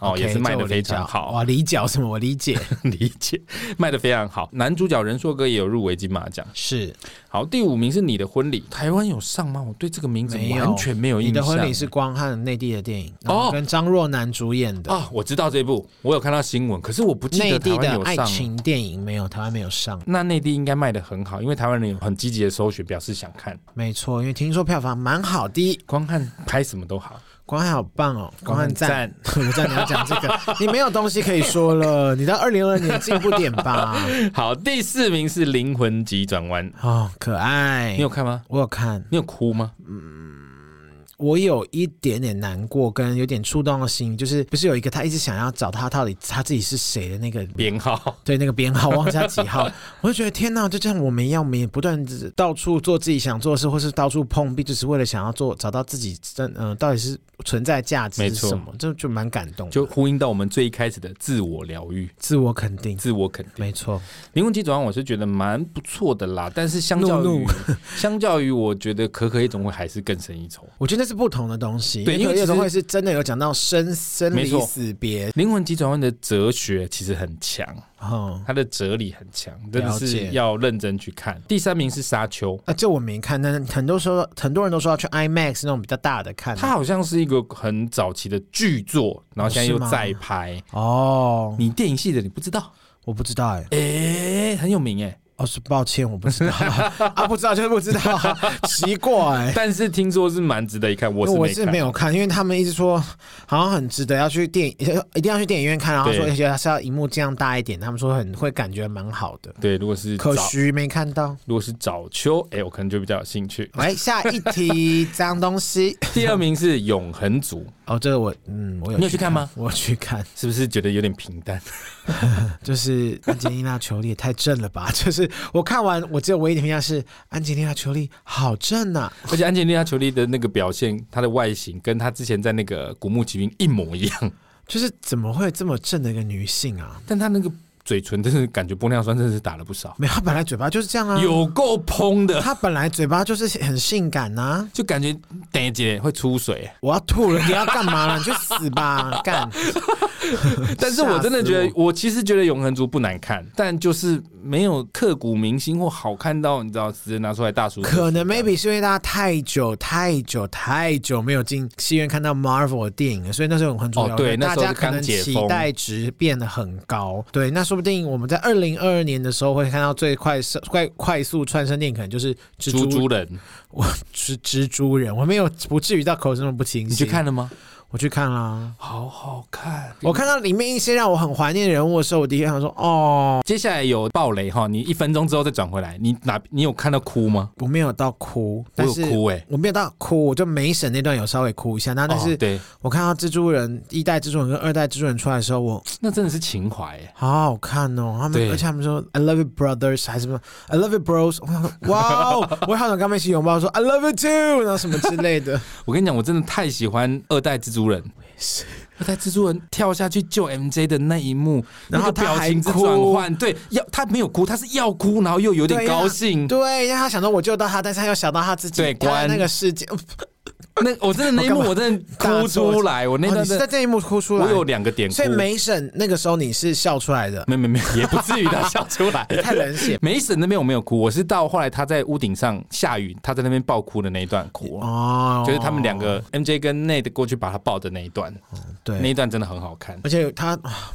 Speaker 2: OK，
Speaker 1: 也是卖
Speaker 2: 这
Speaker 1: 的
Speaker 2: 我
Speaker 1: 非
Speaker 2: 理解
Speaker 1: 常好，
Speaker 2: 哇，理解什么？我理解
Speaker 1: 理解，卖的非常好。男主角任硕哥也有入围金马奖，
Speaker 2: 是
Speaker 1: 好，第五名是你的婚礼，台湾有上吗？我对这个名字
Speaker 2: 没有
Speaker 1: 完全没有印
Speaker 2: 你
Speaker 1: 象。
Speaker 2: 的婚礼是光汉内地的电影，然后
Speaker 1: 哦
Speaker 2: 跟张若楠主演的。
Speaker 1: 啊，我知道这部，我有看到新闻，可是我不记
Speaker 2: 内
Speaker 1: 得台
Speaker 2: 地
Speaker 1: 湾
Speaker 2: 的
Speaker 1: 有
Speaker 2: 爱
Speaker 1: 上。
Speaker 2: 情电影没有，台湾没有上，
Speaker 1: 那内地应该卖的很好，因为台湾人有很积极的搜寻，表示想看。
Speaker 2: 没错，因为听说票房蛮好的。
Speaker 1: 光看拍什么都好，
Speaker 2: 光汉好棒哦，光汉赞，
Speaker 1: 赞。
Speaker 2: 我知道你要讲这个，你没有东西可以说了，你到二零二二年进步点 吧。
Speaker 1: 好，第四名是《灵魂急转弯》，
Speaker 2: 哦，可爱，
Speaker 1: 你有看吗？
Speaker 2: 我有看，
Speaker 1: 你有哭吗？
Speaker 2: 我有一点点难过，跟有点触动的心，就是不是有一个他一直想要找他到底他自己是谁的那个
Speaker 1: 编号
Speaker 2: 对那个编号，忘记他几 号，我就觉得天哪，就这样我们一样，我们也不断地到处做自己想做的事，或是到处碰壁，就只是为了想要做找到自己真嗯、呃到底是存在价值
Speaker 1: 没
Speaker 2: 是
Speaker 1: 错
Speaker 2: 什么，这就蛮感动的，
Speaker 1: 就呼应到我们最一开始的自我疗愈、
Speaker 2: 自我肯定，
Speaker 1: 自我肯定。
Speaker 2: 没错，
Speaker 1: 灵魂急转弯我是觉得蛮不错的啦，但是相较于
Speaker 2: 怒怒
Speaker 1: 相较于，我觉得可可夜总会还是更胜一筹。
Speaker 2: 我觉得那是不同的东西，
Speaker 1: 对因为
Speaker 2: 夜
Speaker 1: 其
Speaker 2: 总
Speaker 1: 实
Speaker 2: 会是真的有讲到生生
Speaker 1: 没
Speaker 2: 离
Speaker 1: 错
Speaker 2: 死别，
Speaker 1: 灵魂急转弯的哲学其实很强，
Speaker 2: 嗯。
Speaker 1: 它的哲理很强，真的
Speaker 2: 了
Speaker 1: 是
Speaker 2: 解
Speaker 1: 要认真去看。第三名是沙丘，
Speaker 2: 啊，这我没看，但是很多时候很多人都说要去 IMAX 那种比较大的看。啊
Speaker 1: 它好像是一个很早期的巨作，然后现在又
Speaker 2: 哦是吗
Speaker 1: 再拍。
Speaker 2: 哦，
Speaker 1: 你电影系的你不知道？
Speaker 2: 我不知道哎、
Speaker 1: 诶、很有名诶、
Speaker 2: 哦是抱歉，我不知道 啊，不知道就是不知道， 奇怪、欸
Speaker 1: 但是听说是蛮值得一看，我
Speaker 2: 因
Speaker 1: 是没
Speaker 2: 为我
Speaker 1: 看。
Speaker 2: 是没有看，因为他们一直说好像很值得要去电影，一定要去电影院看，然后
Speaker 1: 对
Speaker 2: 说而且还是要荧幕这样大一点，他们说很会感觉蛮好的，
Speaker 1: 对，如果是
Speaker 2: 可
Speaker 1: 早
Speaker 2: 惜没看到。。
Speaker 1: 如果是早秋，诶、我可能就比较有兴趣
Speaker 2: 来下一 题，脏东西
Speaker 1: 第二名是永恒族，
Speaker 2: 哦，这个我嗯，我有
Speaker 1: 你有去看吗？
Speaker 2: 我去看，
Speaker 1: 是不是觉得有点平 淡？
Speaker 2: 就是安吉丽娜·裘丽也太正了吧！ 就是我看完，我只有唯一的评价是安吉丽娜·裘丽好正啊呐、
Speaker 1: 而且安吉丽娜·裘丽的那个表现，她的外形跟她之前在那个《古墓奇兵》一模一样，
Speaker 2: 就是怎么会有这么正的一个女性啊？
Speaker 1: 但她那个嘴唇真是感觉玻尿酸真的是打了不少，
Speaker 2: 没有，她本来嘴巴就是这样啊，
Speaker 1: 有够嘭的，
Speaker 2: 她本来嘴巴就是很性感呐、
Speaker 1: 就感觉等一姐会出 水。
Speaker 2: 我要吐了，你要干嘛了？你去死吧，干！
Speaker 1: 但是我真的觉得
Speaker 2: 吓死，
Speaker 1: 我其实觉得《永恒族》不难看，但就是没有刻骨铭心或好看到你知道直接拿出来大叔。
Speaker 2: 可能 maybe 是因为大家太久太久太久没有进戏院看到 Marvel 的电影了，所以那时候很主流、
Speaker 1: 哦对
Speaker 2: 大
Speaker 1: 那时候
Speaker 2: 家
Speaker 1: 是
Speaker 2: 可
Speaker 1: 刚
Speaker 2: 能
Speaker 1: 解
Speaker 2: 期
Speaker 1: 封
Speaker 2: 待值变得很高。对，那说不定我们在二零二二年的时候会看到最快速快快速窜升电影，可能就是蜘蛛
Speaker 1: 猪猪人，
Speaker 2: 我是蜘蛛人，我没有不至于到口齿那么不清晰。
Speaker 1: 你去看，了吗？
Speaker 2: 我去看啦。
Speaker 1: 好好看，
Speaker 2: 我看到里面一些让我很怀念的人物的时候，我第一想说，哦，
Speaker 1: 接下来有暴雷哈，你一分钟之后再转回来。你哪你有看到哭吗？
Speaker 2: 我没有到哭，
Speaker 1: 我
Speaker 2: 但
Speaker 1: 有
Speaker 2: 是
Speaker 1: 哭哎、
Speaker 2: 我没有到哭，我就梅婶那段有稍微哭一下，那但
Speaker 1: 哦
Speaker 2: 是
Speaker 1: 对，
Speaker 2: 我看到蜘蛛人一代蜘蛛人跟二代蜘蛛人出来的时候，我
Speaker 1: 哦那真的是情怀哎、
Speaker 2: 好好看哦，他们
Speaker 1: 对
Speaker 2: 而且他们说 I love you brothers 还是什么 I love you bros，我 想说哇哦，我也好想跟他们一起拥抱说 I love you too，然后什么之类的，
Speaker 1: 我跟你讲，我真的太喜欢二代蜘蛛人。二代蜘蛛人跳下去救 MJ 的那一幕，
Speaker 2: 然后
Speaker 1: 那个
Speaker 2: 他
Speaker 1: 表
Speaker 2: 还
Speaker 1: 情之
Speaker 2: 哭
Speaker 1: 转换，对，要他没有哭，他是要哭，然后 又有点
Speaker 2: 对呀
Speaker 1: 高兴。
Speaker 2: 对，让他想到我救到他，但是他又想到他自己
Speaker 1: 对
Speaker 2: 他的
Speaker 1: 关
Speaker 2: 那个世界，哦
Speaker 1: 那我真的那一幕，
Speaker 2: 我干嘛
Speaker 1: 我真的哭出来。我那
Speaker 2: 哦、
Speaker 1: 段
Speaker 2: 你是
Speaker 1: 真
Speaker 2: 在
Speaker 1: 的，
Speaker 2: 这一幕哭出来，
Speaker 1: 我有两个点哭
Speaker 2: 所以，梅婶那个时候你是笑出来的，
Speaker 1: 没没没，也不至于他笑出 来。
Speaker 2: 太冷血
Speaker 1: 梅婶那边我没有哭，我是到后来他在屋顶上下雨，他在那边爆哭的那一段哭，
Speaker 2: 哦，
Speaker 1: 就是他们两个 MJ 跟 Nate 过去把他抱的那一段，那
Speaker 2: 哦对
Speaker 1: 一，段真的很好看，
Speaker 2: 而且他，啊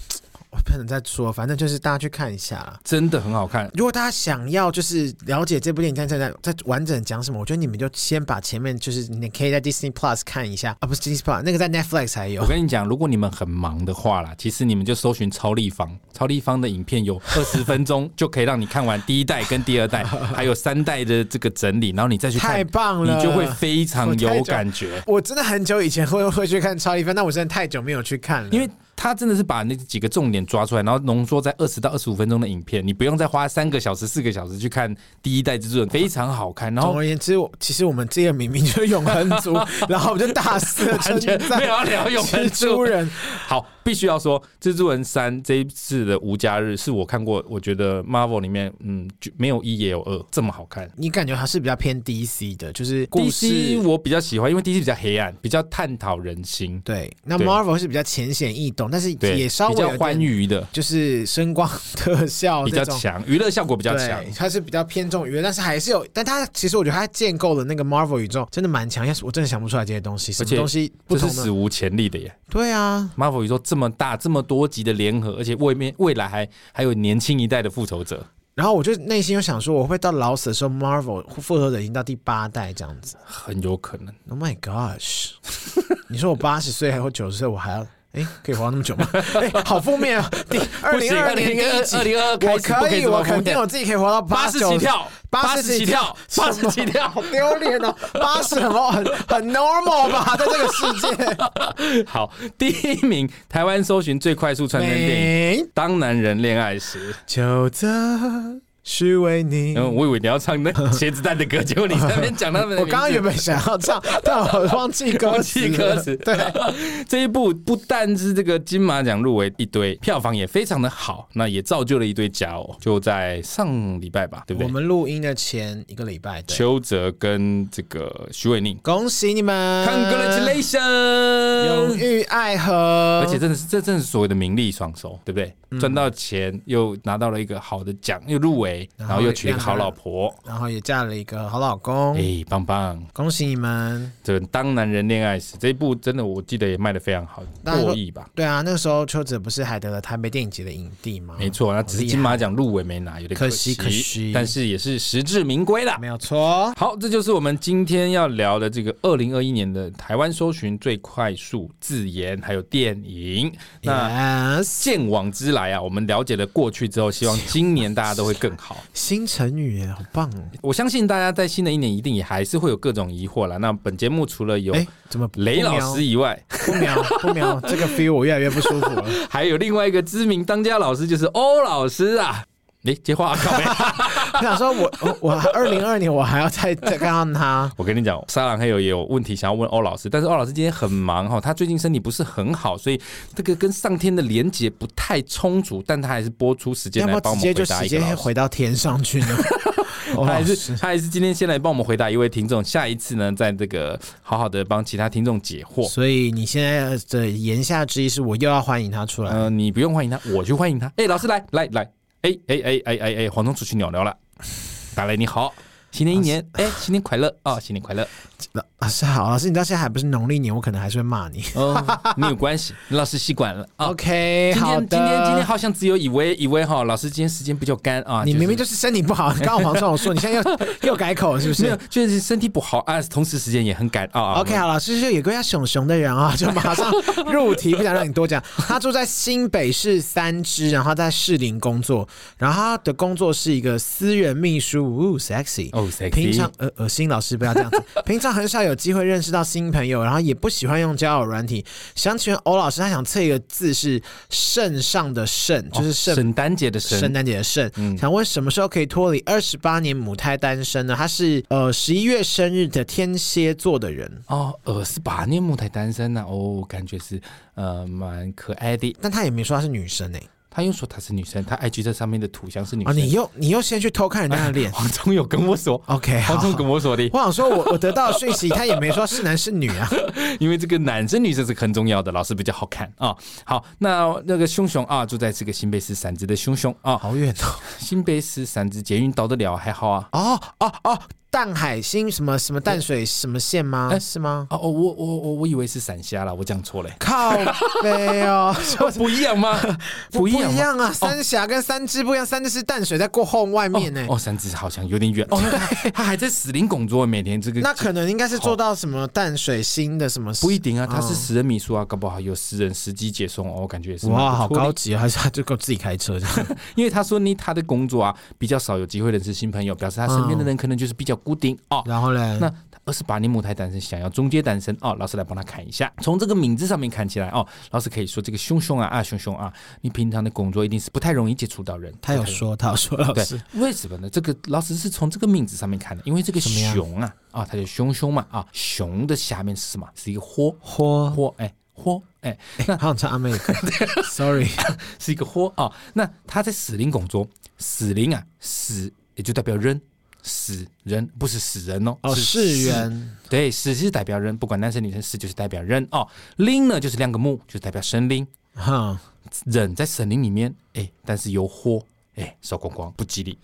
Speaker 2: 我不能再说，反正就是大家去看一下啦。
Speaker 1: 真的很好看。
Speaker 2: 如果大家想要就是了解这部电影在在在在完整讲什么，我觉得你们就先把前面就是你可以在 Disney Plus 看一下啊，不是 Disney Plus，那个在 Netflix 才有
Speaker 1: 我。跟你讲，如果你们很忙的话啦，其实你们就搜寻超立方，超立方的影片有二十分钟就可以让你看完第一代跟第二代，还有三代的这个整理，然后你再去看，
Speaker 2: 太棒了
Speaker 1: 你就会非常
Speaker 2: 我太
Speaker 1: 有
Speaker 2: 久
Speaker 1: 感觉。
Speaker 2: 我真的很久以前会会去看超一番，但我真的太久没有去看了，
Speaker 1: 因为他真的是把那几个重点抓出来，然后浓缩在二十到二十五分钟的影片，你不用再花三个小时、四个小时去看第一代蜘蛛人，非常好看。然
Speaker 2: 总
Speaker 1: 后
Speaker 2: 而言之，我其实我们这个明明就是永恒 族，然后我们就大肆地称
Speaker 1: 完全
Speaker 2: 赞
Speaker 1: 没有要聊永恒
Speaker 2: 蜘蛛
Speaker 1: 族。
Speaker 2: 人，
Speaker 1: 好，必须要说，蜘蛛人三这一次的无家日是我看过，我觉得 Marvel 里面，嗯，就没有一也有二这么好看。
Speaker 2: 你感觉还是比较偏 DC 的，就是故事
Speaker 1: DC 我比较喜欢，因为 DC 比较黑暗，比较探讨人心。
Speaker 2: 对，那
Speaker 1: 对
Speaker 2: Marvel 是比较浅显易动，但是
Speaker 1: 对，
Speaker 2: 也稍微
Speaker 1: 比较
Speaker 2: 有点
Speaker 1: 欢，愉的，
Speaker 2: 就是声光特效
Speaker 1: 比较
Speaker 2: 这种。
Speaker 1: 强，娱乐效果比较强
Speaker 2: 对，。它是比较偏重娱乐，但是还是有，但它其实我觉得它建构的那个 Marvel 宇宙真的蛮强，要是我真的想不出来这些东西，什
Speaker 1: 而
Speaker 2: 么
Speaker 1: 且
Speaker 2: 东西不
Speaker 1: 这是
Speaker 2: 同
Speaker 1: 史
Speaker 2: 的，
Speaker 1: 无前例的耶
Speaker 2: 对啊，
Speaker 1: ！Marvel 宇宙这么大，这么多集的联合，而且未面未来还还有年轻一代的复仇者，
Speaker 2: 然后我就内心又想说，我会不会到老死的时候，Marvel 复仇者已经到第八代这样子
Speaker 1: 很有可能。
Speaker 2: ？Oh my gosh！你 说我八十岁还或九十岁，我还要哎，可以活到那么久吗？哎，好负面啊！第二零二年第一集，
Speaker 1: 二零二
Speaker 2: 我
Speaker 1: 开始不
Speaker 2: 可
Speaker 1: 可以
Speaker 2: 以，
Speaker 1: 这么
Speaker 2: 我
Speaker 1: 疯
Speaker 2: 肯定我
Speaker 1: 癫。
Speaker 2: 自己可以活到
Speaker 1: 八十
Speaker 2: 十
Speaker 1: 起，跳，
Speaker 2: 八
Speaker 1: 八
Speaker 2: 十
Speaker 1: 十起
Speaker 2: 起
Speaker 1: 跳，八十起
Speaker 2: 好
Speaker 1: 跳。
Speaker 2: 丢脸哦！八十很很很 normal 吧，在这个世界，
Speaker 1: 好，第一名，台湾搜寻最快速传真电影《
Speaker 2: 没
Speaker 1: 当男人恋爱时》。
Speaker 2: 就这是为你。
Speaker 1: 嗯，我以为你要唱那茄子蛋的歌，结果你在那边讲他们的名字。
Speaker 2: 我刚刚原本想要唱， 但我忘记歌
Speaker 1: 忘
Speaker 2: 词
Speaker 1: 记
Speaker 2: 了。
Speaker 1: 歌词。
Speaker 2: 对，啊
Speaker 1: 这一部不但是这个金马奖入围一堆，票房也非常的好，那也造就了一堆佳偶。就在上礼拜吧，对不
Speaker 2: 我
Speaker 1: 对？
Speaker 2: 们录音的前一个礼拜，对，
Speaker 1: 邱泽跟这个徐伟宁
Speaker 2: 恭喜你们永
Speaker 1: ，Congratulations！
Speaker 2: 浴爱河，
Speaker 1: 而且真的是，这真的是所谓的名利双收，对不
Speaker 2: 嗯
Speaker 1: 对？赚到钱，又拿到了一个好的奖，又入围，然后
Speaker 2: 然后
Speaker 1: 又娶了一个好老婆，
Speaker 2: 然后也嫁了一个好老公，
Speaker 1: 哎，棒棒！
Speaker 2: 恭喜你们！
Speaker 1: 这《当男人恋爱时》这一部真的，我记得也卖的非常好，
Speaker 2: 大家说
Speaker 1: 过亿吧？
Speaker 2: 对啊，那个时候邱泽不是还得了台北电影节的影帝吗？
Speaker 1: 没错，那只是金马奖入围没拿，有点
Speaker 2: 可
Speaker 1: 惜，
Speaker 2: 惜可惜
Speaker 1: 但是也是实至名归啦
Speaker 2: 没。有错。
Speaker 1: 好，这就是我们今天要聊的这个二零二一年的台湾搜寻最快速字眼，还有电影。那
Speaker 2: Yes，
Speaker 1: 见往知来啊，我们了解了过去之后，希望今年大家都会更好。
Speaker 2: 新成语耶，好棒哦！
Speaker 1: 我相信大家在新的一年一定也还是会有各种疑惑啦。那本节目除了有
Speaker 2: 哎，怎么不
Speaker 1: 雷老
Speaker 2: 瞄
Speaker 1: 师以外，
Speaker 2: 不瞄不瞄？这个 feel 我越来越不舒服 了。
Speaker 1: 还有另外一个知名当家老师，就是欧老师啊。哎，接话、啊，靠 北
Speaker 2: 我想说我，我我二零二年我还 要再再看到他，
Speaker 1: 我跟你讲，沙朗黑友也有问题想要问欧老师，但是欧老师今天很忙哈，他最近身体不是很好，所以这个跟上天的连接不太充足，但他还是播出时间
Speaker 2: 要不
Speaker 1: 来
Speaker 2: 要
Speaker 1: 帮我
Speaker 2: 直
Speaker 1: 们
Speaker 2: 接
Speaker 1: 回
Speaker 2: 就
Speaker 1: 答
Speaker 2: 直
Speaker 1: 一个
Speaker 2: 接
Speaker 1: 老师。
Speaker 2: 回到天上去 呢？我
Speaker 1: 他还
Speaker 2: 还
Speaker 1: 是
Speaker 2: 是
Speaker 1: 他还是今天先来帮我们回答一位听众，下一次呢，在这个好好的帮其他听众解惑。
Speaker 2: 所以你现在的言下之意是我又要欢迎他出来。
Speaker 1: 呃，你不用欢迎他，我去欢迎他。哎、老师来来来，哎哎哎哎哎哎，黄忠出去鸟鸟了，打来你好，新年一年，哎、新年快乐啊、哦，新年快 乐。
Speaker 2: 老老师好，老师，你到现在还不是农历年，我可能还是会骂 你。
Speaker 1: 哦，没有关系，老师习惯了啊。
Speaker 2: OK，
Speaker 1: 今
Speaker 2: 好
Speaker 1: 天
Speaker 2: 的。
Speaker 1: 今天今天好像只有以为以为哈，老师今天时间比较干啊。
Speaker 2: 你明明就是是身体不好，刚刚黄总说你现在 又又改口了是不
Speaker 1: 没有
Speaker 2: 是，
Speaker 1: 就是身体不好啊，同时时间也很赶啊。
Speaker 2: ？OK，好，老师是有个叫熊熊的人 啊，就马上入题，不想让你多讲。他住在新北市三芝，然后在士林工作，然后他的工作是一个私人秘书，呜，sexy。
Speaker 1: 哦，sexy
Speaker 2: 平常呃恶心，老师不要这样子。平常很少有机会认识到新朋友，然后也不喜欢用交友软体。想请问欧老师，他想测一个字是“肾上”的“肾”，就是
Speaker 1: 哦
Speaker 2: 肾嗯
Speaker 1: 圣诞节的
Speaker 2: 圣
Speaker 1: 圣，
Speaker 2: 诞节的圣，想问什么时候可以脱离二十八年母胎单身呢？他是呃十一月生日的天蝎座的人，
Speaker 1: 哦，二十八年母胎单身呐，哦，感觉是呃蛮可爱的。
Speaker 2: 但他也没说他是女生哎、
Speaker 1: 他又说她是女生，她 IG 这上面的图像是女
Speaker 2: 啊，你
Speaker 1: 生。哎
Speaker 2: 又你又先去偷看人家的 脸
Speaker 1: 黄忠有跟我说，
Speaker 2: ，OK，好
Speaker 1: 黄忠跟我说的，
Speaker 2: 我想说我我得到的讯息，他也没说是男是女 啊。
Speaker 1: 因为这个男生女生是很重要的，老师比较好看啊、好，那那个熊熊啊，住在这个新北市三芝的熊熊啊，
Speaker 2: 好远哦！
Speaker 1: 新北市三芝捷运到得了还好啊。
Speaker 2: 哦哦哦，淡海新什么什么淡水什么线吗？
Speaker 1: 哎
Speaker 2: 是吗？
Speaker 1: 哦哦，我我我我以为是闪瞎了，我讲错了。
Speaker 2: 靠背 哦，
Speaker 1: 不一样吗？
Speaker 2: 不
Speaker 1: 一样哦
Speaker 2: 一
Speaker 1: 吗？
Speaker 2: 样啊！三峡跟三芝不一样，三芝是淡水在过后外面呢、欸
Speaker 1: 哦，三只好像有点远哦，他 他还在死灵拱桌，每天这个
Speaker 2: 那可能应该是做到什么淡水新的什么
Speaker 1: 不一定啊，他
Speaker 2: 哦
Speaker 1: 是十人米数啊，搞不好有十人实际解送哦，我感觉也是蛮不
Speaker 2: 哇，好
Speaker 1: 错的
Speaker 2: 高级，哦还是他就够自己开车这 样？
Speaker 1: 因为他说呢，他的工作啊比较少有机会认识新朋友，表示他身边的人可能就是比较固定哦。
Speaker 2: 然后嘞，
Speaker 1: 那二十八年母胎单身，想要中阶单身哦，老师来帮他看一下。从这个名字上面看起来哦，老师可以说这个熊熊啊啊熊熊啊，你平常的工作一定是不太容易接触到人。
Speaker 2: 他有说，他有说老
Speaker 1: 对
Speaker 2: 师，，
Speaker 1: 为什么呢？这个老师是从这个名字上面看的，因为这个熊啊啊，它就熊熊嘛啊，熊的下面是什么？是一个豁
Speaker 2: 豁，
Speaker 1: 豁哎豁哎，
Speaker 2: 他好像唱阿 妹的歌，sorry，
Speaker 1: 是一个豁啊。那它在死灵拱中，死灵啊死也就代表人。死人不是死人哦，
Speaker 2: 哦，世，人
Speaker 1: 对，死是代表人，不管男生女生，死就是代表人哦。linh 呢就是两个木，就是代表神灵。
Speaker 2: 哼，
Speaker 1: 人在森林里面，哎、但是有火，哎、烧光光不吉利。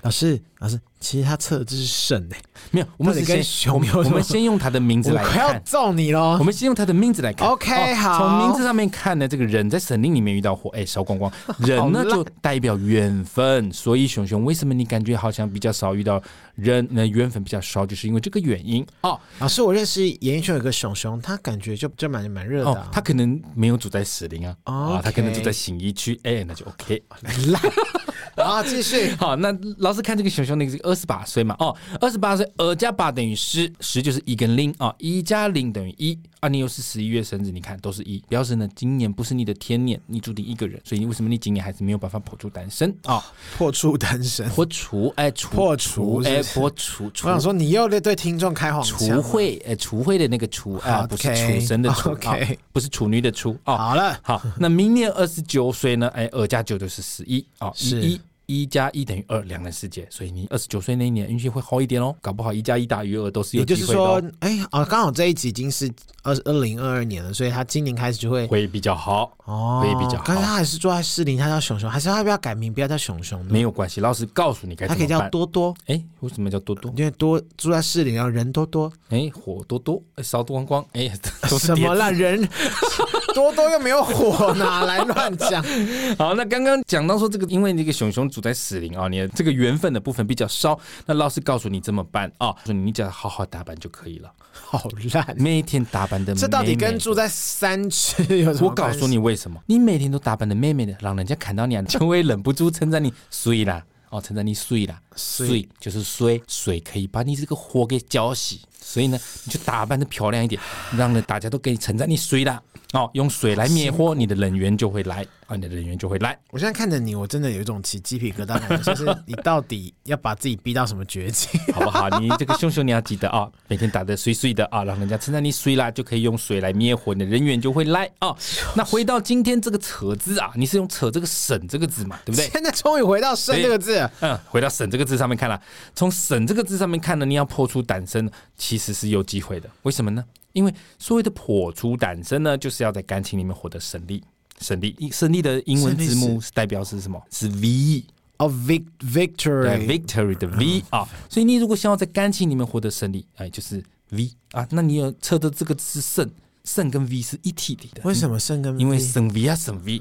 Speaker 2: 老师，老师，其实他测的这是肾诶、
Speaker 1: 没有，我们
Speaker 2: 到底
Speaker 1: 是
Speaker 2: 跟
Speaker 1: 先
Speaker 2: 熊
Speaker 1: 我们
Speaker 2: 有什
Speaker 1: 我
Speaker 2: 么
Speaker 1: 们先用他的名字
Speaker 2: 我
Speaker 1: 来
Speaker 2: 快要
Speaker 1: 看，
Speaker 2: 揍你喽
Speaker 1: 我！们先用他的名字来看。哦
Speaker 2: OK，好
Speaker 1: 从名字上面看呢，这个人在森林里面遇到火，哎、烧光 光。人呢
Speaker 2: 好烂
Speaker 1: 就代表缘分，所以熊熊，为什么你感觉好像比较少遇到人，那缘分比较少，就是因为这个原因哦
Speaker 2: 老师，我认识演艺圈有个熊熊，他感觉就就蛮蛮热的、
Speaker 1: 哦
Speaker 2: 啊，
Speaker 1: 他可能没有住在石林啊，啊，他可能住
Speaker 2: OK
Speaker 1: 在醒义区，哎、那就 OK。
Speaker 2: 很烂。 然后继续，
Speaker 1: 好，那老师看这个熊熊，那个是二十八岁嘛？哦，二十八岁，二加八等于十，十就是一跟零啊，一加零等于一啊。你又是十一月生日，你看都是一，表示呢今年不是你的天年，你注定一个人，所以你为什么你今年还是没有办法破除单身啊？
Speaker 2: 破处单身。
Speaker 1: 破除哎除
Speaker 2: 破除是
Speaker 1: 哎
Speaker 2: 不是
Speaker 1: 破除除
Speaker 2: 我想说，你又在对听众开黄腔
Speaker 1: 除。会哎除会的那个除啊，
Speaker 2: 好
Speaker 1: 不是
Speaker 2: OK，
Speaker 1: 畜生的畜啊
Speaker 2: OK，
Speaker 1: 不是处女的处啊。
Speaker 2: 好了，
Speaker 1: 好，那明年二十九岁呢？哎，二加九就是十一啊，
Speaker 2: 是
Speaker 1: 一一加一等于二，两人世界。所以你二十九岁那一年运气会好一点哦，搞不好一加一大于二都是有
Speaker 2: 也就
Speaker 1: 机
Speaker 2: 是
Speaker 1: 会的、哦
Speaker 2: 说，，哎、哦，刚好这一集已经是二二零二二年了，所以他今年开始就会
Speaker 1: 会比较好，
Speaker 2: 哦，
Speaker 1: 会比较好
Speaker 2: 但是他还是住在士林，他叫熊熊，还是他要不要改名，不要叫熊熊呢
Speaker 1: 没？有关系。老师告诉你该
Speaker 2: 他
Speaker 1: 怎
Speaker 2: 可以
Speaker 1: 么
Speaker 2: 叫
Speaker 1: 办。
Speaker 2: 多多，
Speaker 1: 哎，为什么叫多多？
Speaker 2: 因为多住在士林，然后人多多。
Speaker 1: 哎，火多多，哎，烧光光，哎， 都是
Speaker 2: 什
Speaker 1: 叠
Speaker 2: 么
Speaker 1: 字
Speaker 2: 啦？人 多多又没有火，哪来乱讲？
Speaker 1: 好，那刚刚讲到说这个，因为那个熊熊住在死灵啊、你的这个缘分的部分比较少，那老师告诉你怎么办啊、说你只要好好打扮就可以了，
Speaker 2: 好烂！
Speaker 1: 每天打扮的
Speaker 2: 这到底跟住在三区有什么？
Speaker 1: 我告诉，你为什么，你每天都打扮的美美的，让人家看到你啊，就会忍不住称赞你水啦，哦，称赞你水啦，
Speaker 2: 水
Speaker 1: 水就是水，水可以把你这个火给浇熄，所以呢，你就打扮的漂亮一点，让人大家都给你称赞你水啦，哦，用水来灭火，你的人缘就会来啊，你的人缘就会来。
Speaker 2: 我现在看着你，我真的有一种起鸡皮疙瘩的感觉，就是你到底要把自己逼到什么绝境？
Speaker 1: 好不好？你这个凶手你要记得啊、 每天打得碎碎的啊、让人家称赞你碎啦，就可以用水来灭火，你的人缘就会来啊、 那回到今天这个“扯”字啊，你是用“扯”这个“省”这个字 嘛，对不对？
Speaker 2: 现在终于回到“生”这个字，
Speaker 1: 嗯，回到“省”这个字上面看了、啊从“省”这个字上面看呢，你要破除胆生，其实是有机会的。为什么呢？因为所谓的破除胆生呢，就是要在感情里面获得胜利。胜利，胜利的英文字
Speaker 2: 胜
Speaker 1: 母代表是什么？是 V。
Speaker 2: 哦，vic
Speaker 1: 对
Speaker 2: victory，
Speaker 1: victory 的 V 啊，所以你如果想要在感情里面获得胜利，哎，就是 V 啊，那你有测的这个是胜，胜跟 V 是一体的，
Speaker 2: 为什么胜跟
Speaker 1: 因为
Speaker 2: V？
Speaker 1: 胜 V 啊，胜 V，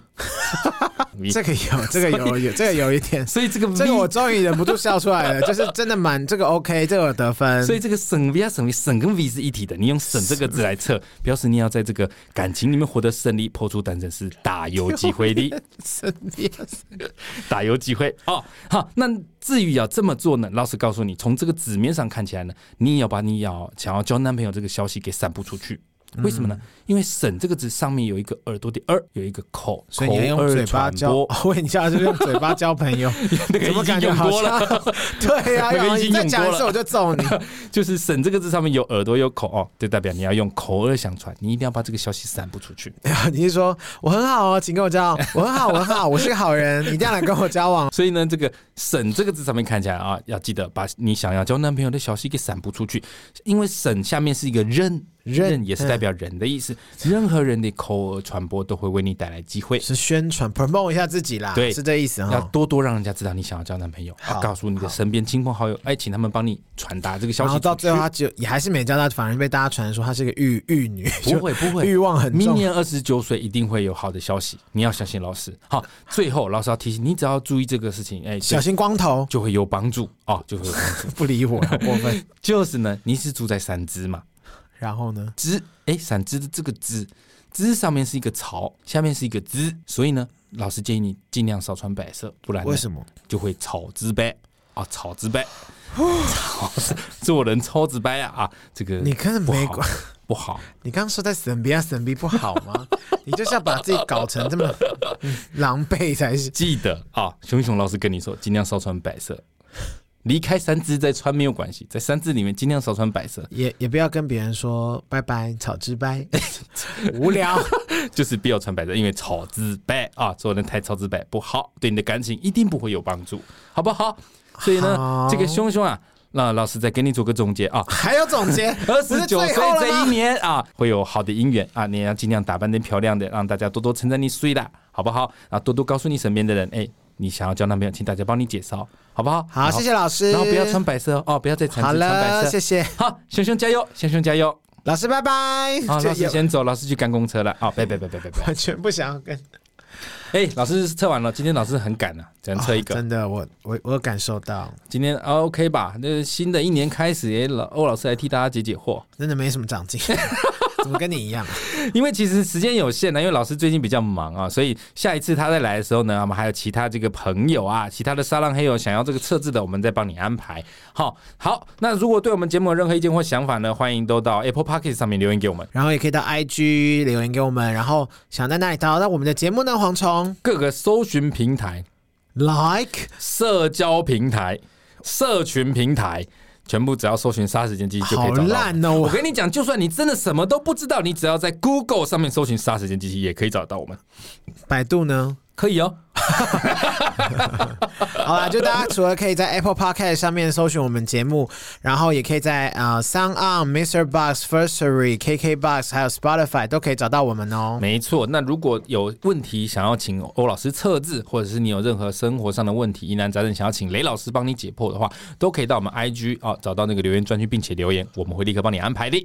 Speaker 2: 这 个有，这个有，有这个有一点，
Speaker 1: 所以这个 V，
Speaker 2: 这个我终于忍不住笑出来了，就是真的蛮这个 OK，这个有得分
Speaker 1: 所。以这个胜 V 啊，胜 V，胜跟 V 是一体的，你用胜这个字来测，表示你要在这个感情里面获得胜利，破除单身是大有机会的。
Speaker 2: 胜利
Speaker 1: 打油机会哦。好，那至于要这么做呢，老师告诉你，从这个纸面上看起来呢，你也要把你要想要交男朋友这个消息给散布出去。为什么
Speaker 2: 嗯
Speaker 1: 呢？因为“省”这个字上面有一个耳朵的“耳”，有一个口，
Speaker 2: 所以你要
Speaker 1: 口
Speaker 2: 用
Speaker 1: 耳
Speaker 2: 嘴巴
Speaker 1: 传
Speaker 2: 交，
Speaker 1: 播
Speaker 2: 哦。 我问你下，就是用嘴巴交朋友，
Speaker 1: 那个
Speaker 2: 怎么
Speaker 1: 已经
Speaker 2: 感觉
Speaker 1: 用
Speaker 2: 好
Speaker 1: 多
Speaker 2: 像
Speaker 1: 了？
Speaker 2: 对
Speaker 1: 那
Speaker 2: 呀、
Speaker 1: 个
Speaker 2: 然后
Speaker 1: 已
Speaker 2: 你
Speaker 1: 经
Speaker 2: 再
Speaker 1: 用
Speaker 2: 讲
Speaker 1: 多
Speaker 2: 一次
Speaker 1: 了
Speaker 2: 我就揍你。
Speaker 1: 就是“省”这个字上面有耳朵有口哦，就代表你要用口耳相传，你一定要把这个消息散布出去。
Speaker 2: 哎你是说我很好哦，请跟我交 往，我很好，我很好，我是个好人，你一定要来跟我交往。
Speaker 1: 所以呢，这个“省”这个字上面看起来啊，要记得把你想要交男朋友的消息给散布出去，因为“省”下面是一个“任”，
Speaker 2: 任嗯
Speaker 1: 任也是代表人的意思，任何人的口耳传播都会为你带来机会。
Speaker 2: 是宣传 promote 一下自己啦，
Speaker 1: 对
Speaker 2: 是这意思
Speaker 1: 要
Speaker 2: 哈。
Speaker 1: 多多让人家知道你想要交男朋友，
Speaker 2: 好
Speaker 1: 要告诉你的身边亲朋好友，哎，请他们帮你传达这个消
Speaker 2: 然
Speaker 1: 息出去。
Speaker 2: 后到最后，他就也还是没交到，反而被大家传说她是个玉玉女，
Speaker 1: 不会不会
Speaker 2: 欲望很
Speaker 1: 明
Speaker 2: 重。
Speaker 1: 年二十九岁一定会有好的消息，你要相信老师。好，最后老师要提醒你，只要注意这个事情，哎，
Speaker 2: 小
Speaker 1: 就
Speaker 2: 心 光头
Speaker 1: 就会有帮助哦，就会有帮助。
Speaker 2: 不理我，好过分。
Speaker 1: 就是呢，你是住在三支嘛，
Speaker 2: 然后 呢，
Speaker 1: 枝，哎，伞枝的这个枝，枝上面是一个草，下面是一个枝，所以呢，老师建议你尽量少穿白色，不然呢
Speaker 2: 为什么？
Speaker 1: 就会草之白啊，草之白，草之做人超之白啊啊，这个
Speaker 2: 你看
Speaker 1: 不
Speaker 2: 美
Speaker 1: 好
Speaker 2: 国
Speaker 1: 不好，
Speaker 2: 你刚刚说在省 B 啊省 B 不好 吗？你就是要把自己搞成这么嗯狼狈才是。
Speaker 1: 记得啊，熊熊老师跟你说，尽量少穿白色。离开三支再穿没有关系，在三支里面尽量少穿白色，
Speaker 2: 也也不要跟别人说拜拜，草之拜， 无聊。
Speaker 1: 就是不要穿白色，因为草之白啊，做人太草之白不好，对你的感情一定不会有帮助，好不好？所以呢，
Speaker 2: 好
Speaker 1: 这个熊熊啊，那老师再给你做个总结啊。，
Speaker 2: 还有总结
Speaker 1: 二十九
Speaker 2: 不是
Speaker 1: 岁
Speaker 2: 最后了
Speaker 1: 这
Speaker 2: 吗
Speaker 1: 一年啊，会有好的姻缘啊！你也要尽量打扮得漂亮的，让大家多多称赞你睡啦，好不好？然后多多告诉你身边的人，哎、你想要交男朋友，请大家帮你介绍，好不好？
Speaker 2: 好，谢谢老师。
Speaker 1: 然后不要穿白色哦，哦不要再缠
Speaker 2: 好
Speaker 1: 子穿白
Speaker 2: 了，
Speaker 1: 色。
Speaker 2: 谢谢
Speaker 1: 好，熊熊加油，熊熊加油！
Speaker 2: 老师，拜拜。
Speaker 1: 啊，
Speaker 2: 这
Speaker 1: 老师
Speaker 2: 也
Speaker 1: 先走，老师去赶公车了。啊，拜拜拜拜拜拜。
Speaker 2: 完全不想 要跟
Speaker 1: 哎，老师测完了，今天老师很赶啊，只能测一个。
Speaker 2: 哦真的，我我我有感受到，
Speaker 1: 今天啊 OK 吧？那新的一年开始，也老欧老师来替大家解解惑，
Speaker 2: 真的没什么 长进，怎么跟你一样？啊
Speaker 1: 因为其实时间有限呢，啊因为老师最近比较忙啊，所以下一次他再来的时候呢，我们还有其他这个朋友啊，其他的沙浪黑友想要这个测字的，我们再帮你安排。好，好，那如果对我们节目有任何意见或想法呢，欢迎都到 Apple p o c k e t 上面留言给我们。
Speaker 2: 然后也可以到 IG 留言给我们，然后想在那里找到我们的节目呢？蝗虫
Speaker 1: 各个搜寻平台、
Speaker 2: like
Speaker 1: 社交平台、社群平台，全部只要搜寻“杀时间机器”就可以
Speaker 2: 好
Speaker 1: 找到我们。
Speaker 2: 烂哦，
Speaker 1: 我
Speaker 2: 我
Speaker 1: 跟你讲，就算你真的什么都不知道，你只要在 Google 上面搜寻“杀时间机器”，也可以找到我们。
Speaker 2: 百度呢？
Speaker 1: 可以哦，
Speaker 2: 好啦，就大家除了可以在 Apple Podcast 上面搜寻我们节目，然后也可以在呃 Sound On、Mr. Box、Firstory、KK Box 还有 Spotify 都可以找到我们哦。
Speaker 1: 没错。那如果有问题想要请欧老师测字，或者是你有任何生活上的问题疑难杂症，想要请雷老师帮你解惑的话，都可以到我们 IG 啊、找到那个留言专区，并且留言，我们会立刻帮你安排 的，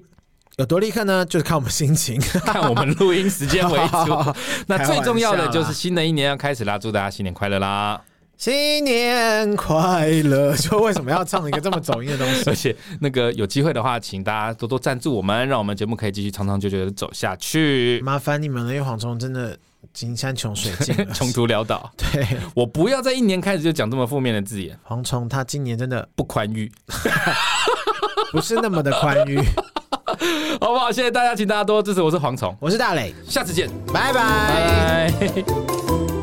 Speaker 2: 有多立刻呢？就是看我们心情。
Speaker 1: 看我们录音时间为主。那最重要的就是
Speaker 2: 开玩笑啦
Speaker 1: 新的一年要开始啦，祝大家新年快乐啦！
Speaker 2: 新年快乐！就为什么要唱一个这么走音的东西
Speaker 1: 而？且那个有机会的话，请大家多多赞助我们，让我们节目可以继续长长久久的走下去。
Speaker 2: 麻烦你们了，因为蝗虫真的金山穷水尽 了。
Speaker 1: 穷途潦倒，
Speaker 2: 对，
Speaker 1: 我不要在一年开始就讲这么负面的字眼，
Speaker 2: 蝗虫他今年真的
Speaker 1: 不宽裕，
Speaker 2: 不是那么的宽裕。
Speaker 1: 好不好？谢谢大家，请大家多多支持，我是蝗虫，
Speaker 2: 我是大磊，
Speaker 1: 下次见，
Speaker 2: 拜拜。
Speaker 1: 拜。